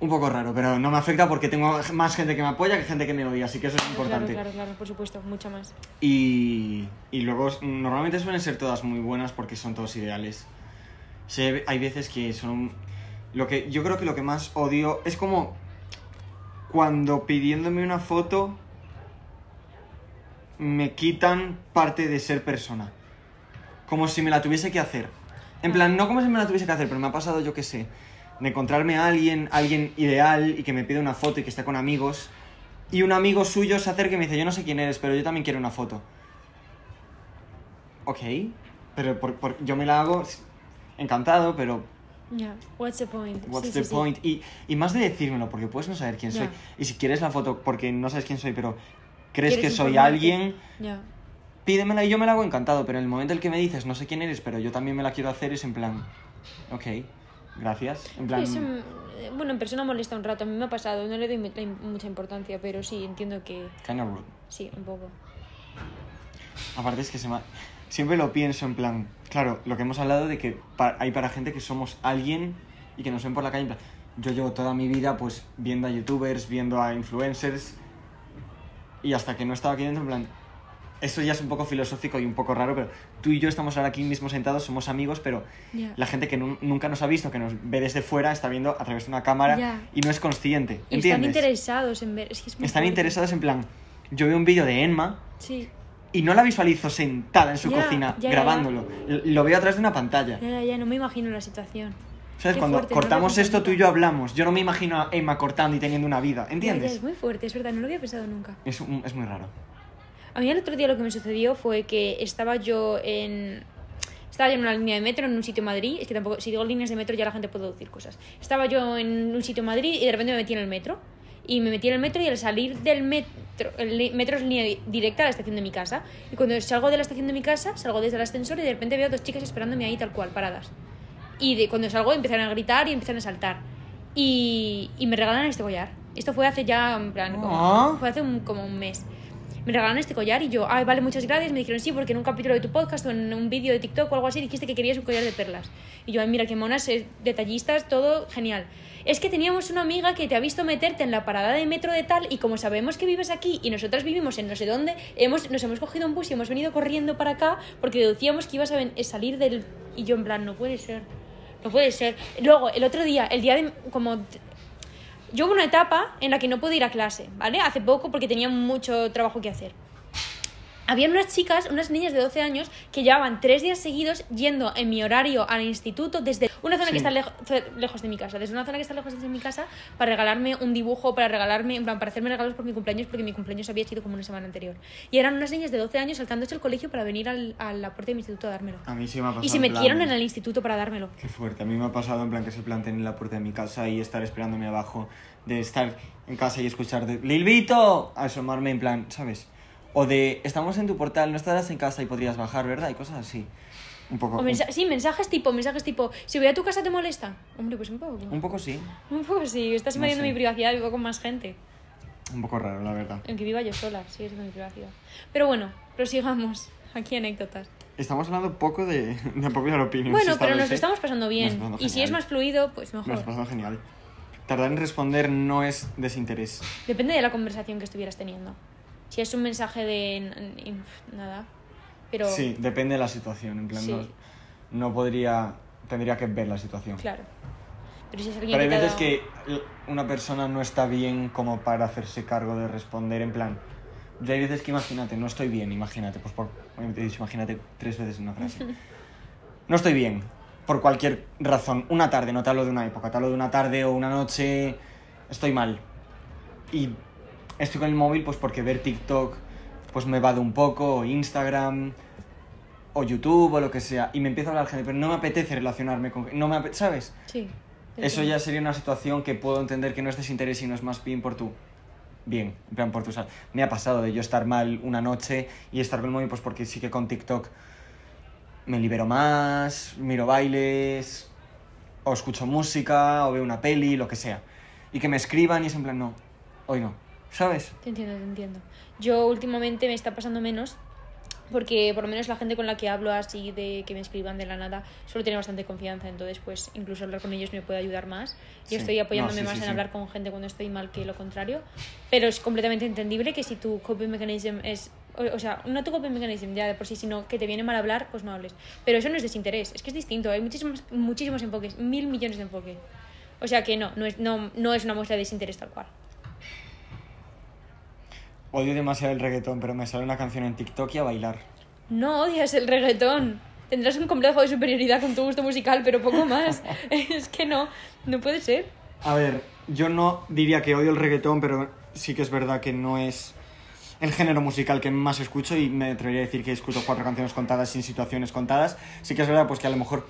Speaker 2: Un poco raro, pero no me afecta porque tengo más gente que me apoya que gente que me odia, así que eso es importante.
Speaker 1: Claro, claro, claro, por supuesto, mucha más.
Speaker 2: Y, y luego s- normalmente suelen ser todas muy buenas porque son todos ideales. Sí, hay ve- hay veces que son... Lo que, yo creo que lo que más odio es como cuando pidiéndome una foto me quitan parte de ser persona. Como si me la tuviese que hacer. En plan, no como si me la tuviese que hacer, pero me ha pasado, yo qué sé, de encontrarme a alguien, alguien ideal y que me pide una foto y que está con amigos. Y un amigo suyo se acerca y me dice, yo no sé quién eres, pero yo también quiero una foto. Ok, pero por- por- yo me la hago s- encantado, pero
Speaker 1: Ya, what's the point?
Speaker 2: what's
Speaker 1: Sí,
Speaker 2: the
Speaker 1: sí, sí.
Speaker 2: point? Y, y más de decírmelo, porque puedes no saber quién soy.
Speaker 1: Ya.
Speaker 2: Y si quieres la foto porque no sabes quién soy, pero crees que
Speaker 1: ¿Quieres
Speaker 2: soy
Speaker 1: informarte?
Speaker 2: alguien,
Speaker 1: Ya.
Speaker 2: pídemela y yo me la hago encantado, pero en el momento en el que me dices, no sé quién eres, pero yo también me la quiero hacer, es en plan, ok, gracias. En plan,
Speaker 1: Sí, eso, mm, bueno, en persona molesta un rato. A mí me ha pasado, no le doy mu- mucha importancia, pero sí, entiendo que
Speaker 2: kind of rude.
Speaker 1: sí, un poco.
Speaker 2: Aparte es que se me... ha- siempre lo pienso en plan, claro, lo que hemos hablado de que pa- hay para gente que somos alguien y que nos ven por la calle. en plan, Yo llevo toda mi vida pues viendo a youtubers, viendo a influencers y hasta que no estaba aquí dentro en plan, esto ya es un poco filosófico y un poco raro, pero tú y yo estamos ahora aquí mismo sentados, somos amigos, pero
Speaker 1: Ya.
Speaker 2: la gente que nun- nunca nos ha visto, que nos ve desde fuera, está viendo a través de una cámara
Speaker 1: Ya.
Speaker 2: y no es consciente.
Speaker 1: Y están
Speaker 2: ¿Entiendes?
Speaker 1: interesados en ver. es que es muy
Speaker 2: Están
Speaker 1: fuerte.
Speaker 2: interesados en plan, yo veo un vídeo de Enma
Speaker 1: Sí,
Speaker 2: y no la visualizo sentada en su
Speaker 1: Ya,
Speaker 2: cocina
Speaker 1: ya, ya,
Speaker 2: grabándolo. L- Lo veo atrás de una pantalla.
Speaker 1: ya, ya, ya, no me imagino la situación.
Speaker 2: ¿Sabes?
Speaker 1: Qué
Speaker 2: Cuando
Speaker 1: fuerte, no lo
Speaker 2: cortamos
Speaker 1: había
Speaker 2: esto,
Speaker 1: pensado.
Speaker 2: tú y yo hablamos. Yo no me imagino a Emma cortando y teniendo una vida.
Speaker 1: Ya, ya,
Speaker 2: ¿Entiendes?
Speaker 1: Es muy fuerte, es verdad, no lo había pensado nunca.
Speaker 2: Es, un- es muy raro.
Speaker 1: A mí el otro día lo que me sucedió fue que estaba yo en... estaba Estaba yo en una línea de metro en un sitio en Madrid. Es que tampoco, si digo líneas de metro ya la gente puede decir cosas. Estaba yo en un sitio en Madrid y de repente me metí en el metro. Y me metí en el metro y al salir del metro, el li- metro es línea di- directa a la estación de mi casa. Y cuando salgo de la estación de mi casa, salgo desde el ascensor y de repente veo a dos chicas esperándome ahí tal cual, paradas. Y de, cuando salgo empiezan a gritar y empiezan a saltar. Y, y me regalan este collar. Esto fue hace ya, en plan, como,
Speaker 2: Ah.
Speaker 1: fue hace un- como un mes. Me regalaron este collar y yo, ay, vale, muchas gracias. Me dijeron, sí, porque en un capítulo de tu podcast o en un vídeo de TikTok o algo así dijiste que querías un collar de perlas. Y yo, ay, mira, qué monas, eh, detallistas, todo genial. Es que teníamos una amiga que te ha visto meterte en la parada de metro de tal y como sabemos que vives aquí y nosotras vivimos en no sé dónde, hemos, nos hemos cogido un bus y hemos venido corriendo para acá porque deducíamos que ibas a ven- eh, salir del... Y yo, en plan, no puede ser. No puede ser. Luego, el otro día, el día de... como yo hubo una etapa en la que no pude ir a clase, ¿vale? Hace poco porque tenía mucho trabajo que hacer. Habían unas chicas, unas niñas de 12 años, que llevaban tres días seguidos yendo en mi horario al instituto desde una zona
Speaker 2: Sí.
Speaker 1: que está lejo- ce- lejos de mi casa, desde una zona que está lejos de mi casa, para regalarme un dibujo, para regalarme, en plan, para hacerme regalos por mi cumpleaños, porque mi cumpleaños había sido como una semana anterior. Y eran unas niñas de 12 años saltándose el colegio para venir al, a la puerta de mi instituto a dármelo.
Speaker 2: A mí sí me ha pasado.
Speaker 1: Y se
Speaker 2: Ah, en plan-
Speaker 1: metieron en el instituto para dármelo.
Speaker 2: Qué fuerte. A mí me ha pasado en plan que se planten en la puerta de mi casa y estar esperándome abajo, de estar en casa y escuchar de ¡Lilvito! Asomarme en plan, ¿sabes? O de estamos en tu portal, no estarás en casa y podrías bajar, ¿verdad? Y cosas así. Un poco.
Speaker 1: O
Speaker 2: Un,
Speaker 1: mensa- sí, mensajes tipo, mensajes tipo, si voy a tu casa te molesta. Hombre, pues un poco.
Speaker 2: un poco sí.
Speaker 1: Un poco sí, estás
Speaker 2: No
Speaker 1: invadiendo
Speaker 2: sé.
Speaker 1: mi privacidad, vivo con más gente.
Speaker 2: Un poco raro, la verdad.
Speaker 1: Aunque viva yo sola, sigue siendo mi privacidad. Pero bueno, prosigamos. Aquí anécdotas.
Speaker 2: Estamos hablando poco de, de popular opinion.
Speaker 1: bueno, pero nos lo estamos pasando
Speaker 2: ¿eh? Nos
Speaker 1: bien.
Speaker 2: estamos pasando
Speaker 1: y si es
Speaker 2: genial.
Speaker 1: más fluido, pues mejor.
Speaker 2: Nos lo pasamos genial. Tardar en responder no es desinterés.
Speaker 1: Depende de la conversación que estuvieras teniendo. Si es un mensaje de n- n- nada. Pero
Speaker 2: Sí, depende de la situación. En plan,
Speaker 1: Sí.
Speaker 2: no, no podría. Tendría que ver la situación.
Speaker 1: claro. Pero si es alguien
Speaker 2: Pero hay
Speaker 1: que te ha
Speaker 2: veces
Speaker 1: dado-
Speaker 2: que l- una persona no está bien como para hacerse cargo de responder en plan. Ya hay veces que imagínate, no estoy bien, imagínate, pues por. Te he dicho, imagínate tres veces en una frase. No estoy bien, por cualquier razón. Una tarde, no te hablo de una época, te hablo de una tarde o una noche. Estoy mal. Y estoy con el móvil, pues porque ver TikTok pues me va de un poco, o Instagram, o YouTube, o lo que sea. Y me empieza a hablar gente, pero no me apetece relacionarme con. No me ape- ¿Sabes?
Speaker 1: Sí.
Speaker 2: Eso ya sería una situación que puedo entender que no es desinterés, sino es más bien por tu bien, en plan por tu sal. Me ha pasado de yo estar mal una noche y estar con el móvil, pues porque sí que con TikTok me libero más, miro bailes, o escucho música, o veo una peli, lo que sea. Y que me escriban y es en plan, no, hoy no, ¿sabes?
Speaker 1: Te entiendo, te entiendo. Yo últimamente me está pasando menos porque por lo menos la gente con la que hablo así de que me escriban de la nada suelo tener bastante confianza, entonces pues incluso hablar con ellos me puede ayudar más. Yo
Speaker 2: Sí.
Speaker 1: estoy apoyándome
Speaker 2: No, sí,
Speaker 1: más
Speaker 2: sí,
Speaker 1: en
Speaker 2: sí.
Speaker 1: hablar con gente cuando estoy mal que lo contrario, pero es completamente entendible que si tu coping mechanism es o, o sea, no tu coping mechanism ya de por sí, sino que te viene mal hablar, pues no hables. Pero eso no es desinterés, es que es distinto, hay muchísimos muchísimos enfoques, mil millones de enfoques. O sea que no, no es no, no es una muestra de desinterés tal cual.
Speaker 2: Odio demasiado el reggaetón, pero me sale una canción en TikTok y a bailar.
Speaker 1: No odias el reggaetón. Tendrás un complejo de superioridad con tu gusto musical, pero poco más. es que no, no puede ser.
Speaker 2: A ver, yo no diría que odio el reggaetón, pero sí que es verdad que no es el género musical que más escucho y me atrevería a decir que escucho cuatro canciones contadas sin situaciones contadas. Sí que es verdad pues que a lo mejor,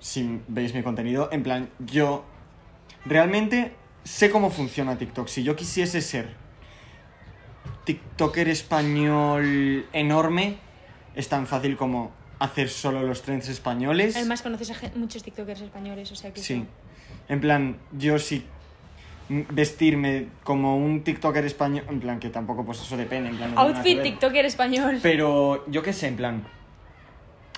Speaker 2: si veis mi contenido, en plan, yo realmente sé cómo funciona TikTok. Si yo quisiese ser TikToker español enorme, es tan fácil como hacer solo los trends españoles.
Speaker 1: Además, conoces a gen- muchos TikTokers españoles, o sea que.
Speaker 2: Sí. En plan, yo sí m- vestirme como un TikToker español, en plan que tampoco pues eso depende, en plan. no tiene nada que
Speaker 1: Outfit
Speaker 2: ver.
Speaker 1: TikToker español.
Speaker 2: Pero yo qué sé, en plan.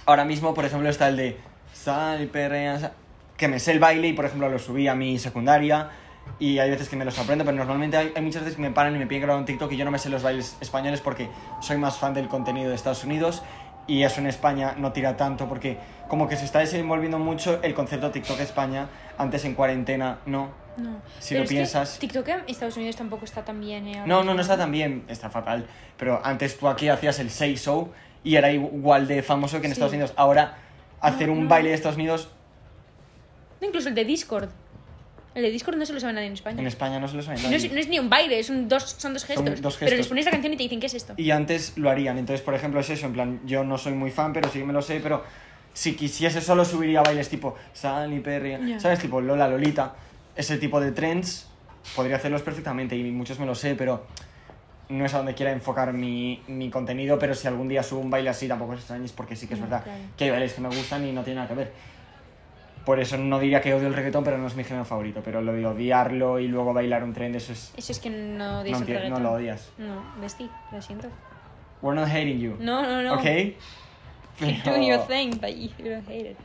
Speaker 2: Ahora mismo, por ejemplo, está el de sal, perrea, sal", que me sé el baile y por ejemplo lo subí a mi secundaria y hay veces que me los aprendo, pero normalmente hay, hay muchas veces que me paran y me piden grabar un TikTok y yo no me sé los bailes españoles porque soy más fan del contenido de Estados Unidos y eso en España no tira tanto porque como que se está desenvolviendo mucho el concepto TikTok España, antes en cuarentena no.
Speaker 1: No.
Speaker 2: Si
Speaker 1: Pero
Speaker 2: lo
Speaker 1: es que
Speaker 2: piensas-
Speaker 1: TikTok en Estados Unidos tampoco está tan bien. eh, ahora
Speaker 2: No, no,
Speaker 1: mismo.
Speaker 2: no está tan bien, está fatal. Pero antes tú aquí hacías el 6 show y era igual de famoso que en
Speaker 1: Sí.
Speaker 2: Estados Unidos. Ahora hacer
Speaker 1: No,
Speaker 2: un
Speaker 1: no.
Speaker 2: baile de Estados Unidos
Speaker 1: No, incluso el de Discord. El de Discord no se lo sabe nadie en España.
Speaker 2: en España no se lo sabe
Speaker 1: no, es,
Speaker 2: nadie.
Speaker 1: no es ni un baile, es un dos, son dos
Speaker 2: Son
Speaker 1: gestos.
Speaker 2: dos
Speaker 1: Pero les
Speaker 2: gestos.
Speaker 1: pones la canción y te dicen, ¿qué es esto?
Speaker 2: Y antes lo harían. Entonces, por ejemplo, es eso. En plan, yo no soy muy fan, pero sí que me lo sé. Pero Si quisiese solo subiría bailes tipo Sally Perry,
Speaker 1: Ya.
Speaker 2: ¿sabes? Tipo Lola Lolita. Ese tipo de trends podría hacerlos perfectamente y muchos me lo sé, pero no es a donde quiera enfocar mi, mi contenido, pero si algún día subo un baile así tampoco es extrañéis porque sí que es
Speaker 1: No,
Speaker 2: verdad
Speaker 1: Mm, claro.
Speaker 2: que hay bailes que me gustan y no tiene nada que ver. Por eso no diría que odio el reggaetón, pero no es mi género favorito. Pero lo de odiarlo y luego bailar un trend, eso es...
Speaker 1: Eso es que no
Speaker 2: No,
Speaker 1: odias el
Speaker 2: enti- no
Speaker 1: reggaetón.
Speaker 2: lo odias.
Speaker 1: No, bestie, lo siento.
Speaker 2: We're not hating you.
Speaker 1: No, no, no.
Speaker 2: ¿Ok?
Speaker 1: Keep
Speaker 2: Pero-
Speaker 1: doing your thing, but you don't hate it.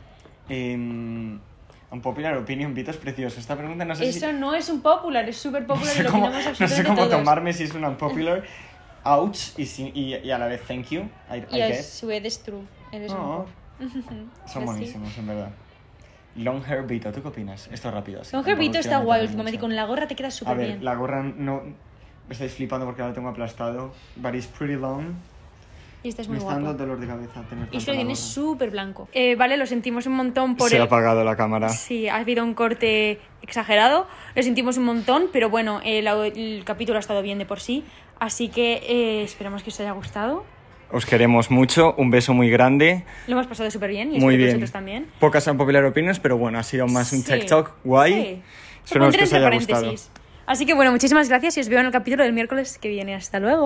Speaker 2: Em, unpopular opinion, Vito es precioso. Esta pregunta no sé si...
Speaker 1: Eso no es un popular, es súper
Speaker 2: no
Speaker 1: popular y
Speaker 2: sé
Speaker 1: lo
Speaker 2: cómo,
Speaker 1: opinamos
Speaker 2: no sé
Speaker 1: absolutamente
Speaker 2: cómo
Speaker 1: todos.
Speaker 2: tomarme si es un unpopular. Ouch y, si- y- y a la vez thank you. I, I
Speaker 1: Y a
Speaker 2: guess.
Speaker 1: su vez es true. Eres un
Speaker 2: No,
Speaker 1: poco-
Speaker 2: son
Speaker 1: Así.
Speaker 2: buenísimos, en verdad. Long hair Vito, ¿tú qué opinas? Esto es rápido. así,
Speaker 1: Con
Speaker 2: tampoco
Speaker 1: Gervito
Speaker 2: quiero
Speaker 1: está guay
Speaker 2: meterme
Speaker 1: últimamente,
Speaker 2: mucho.
Speaker 1: con la gorra te queda
Speaker 2: A
Speaker 1: súper
Speaker 2: ver,
Speaker 1: bien.
Speaker 2: la gorra no... Me estáis flipando porque ahora lo tengo aplastado. But it's pretty long.
Speaker 1: Y estás
Speaker 2: Me
Speaker 1: muy
Speaker 2: está dando
Speaker 1: guapo.
Speaker 2: dolor de cabeza tener
Speaker 1: Y
Speaker 2: tanta
Speaker 1: se lo
Speaker 2: la
Speaker 1: tienes
Speaker 2: gorra.
Speaker 1: súper blanco. Eh, vale, lo sentimos un montón por
Speaker 2: Se ha
Speaker 1: el...
Speaker 2: apagado la cámara.
Speaker 1: Sí, ha habido un corte exagerado, lo sentimos un montón, pero bueno, el, au- el capítulo ha estado bien de por sí, así que eh, esperamos que os haya gustado.
Speaker 2: Os queremos mucho, un beso muy grande.
Speaker 1: Lo hemos pasado súper bien y espero
Speaker 2: Muy
Speaker 1: que
Speaker 2: bien.
Speaker 1: vosotros también.
Speaker 2: Pocas son popular opinions, pero bueno, ha sido más un
Speaker 1: Sí,
Speaker 2: TikTok guay.
Speaker 1: sí. Se
Speaker 2: Esperemos
Speaker 1: pondrá
Speaker 2: que os
Speaker 1: entre
Speaker 2: haya gustado.
Speaker 1: paréntesis. Así que bueno, muchísimas gracias y os veo en el capítulo del miércoles que viene. Hasta luego.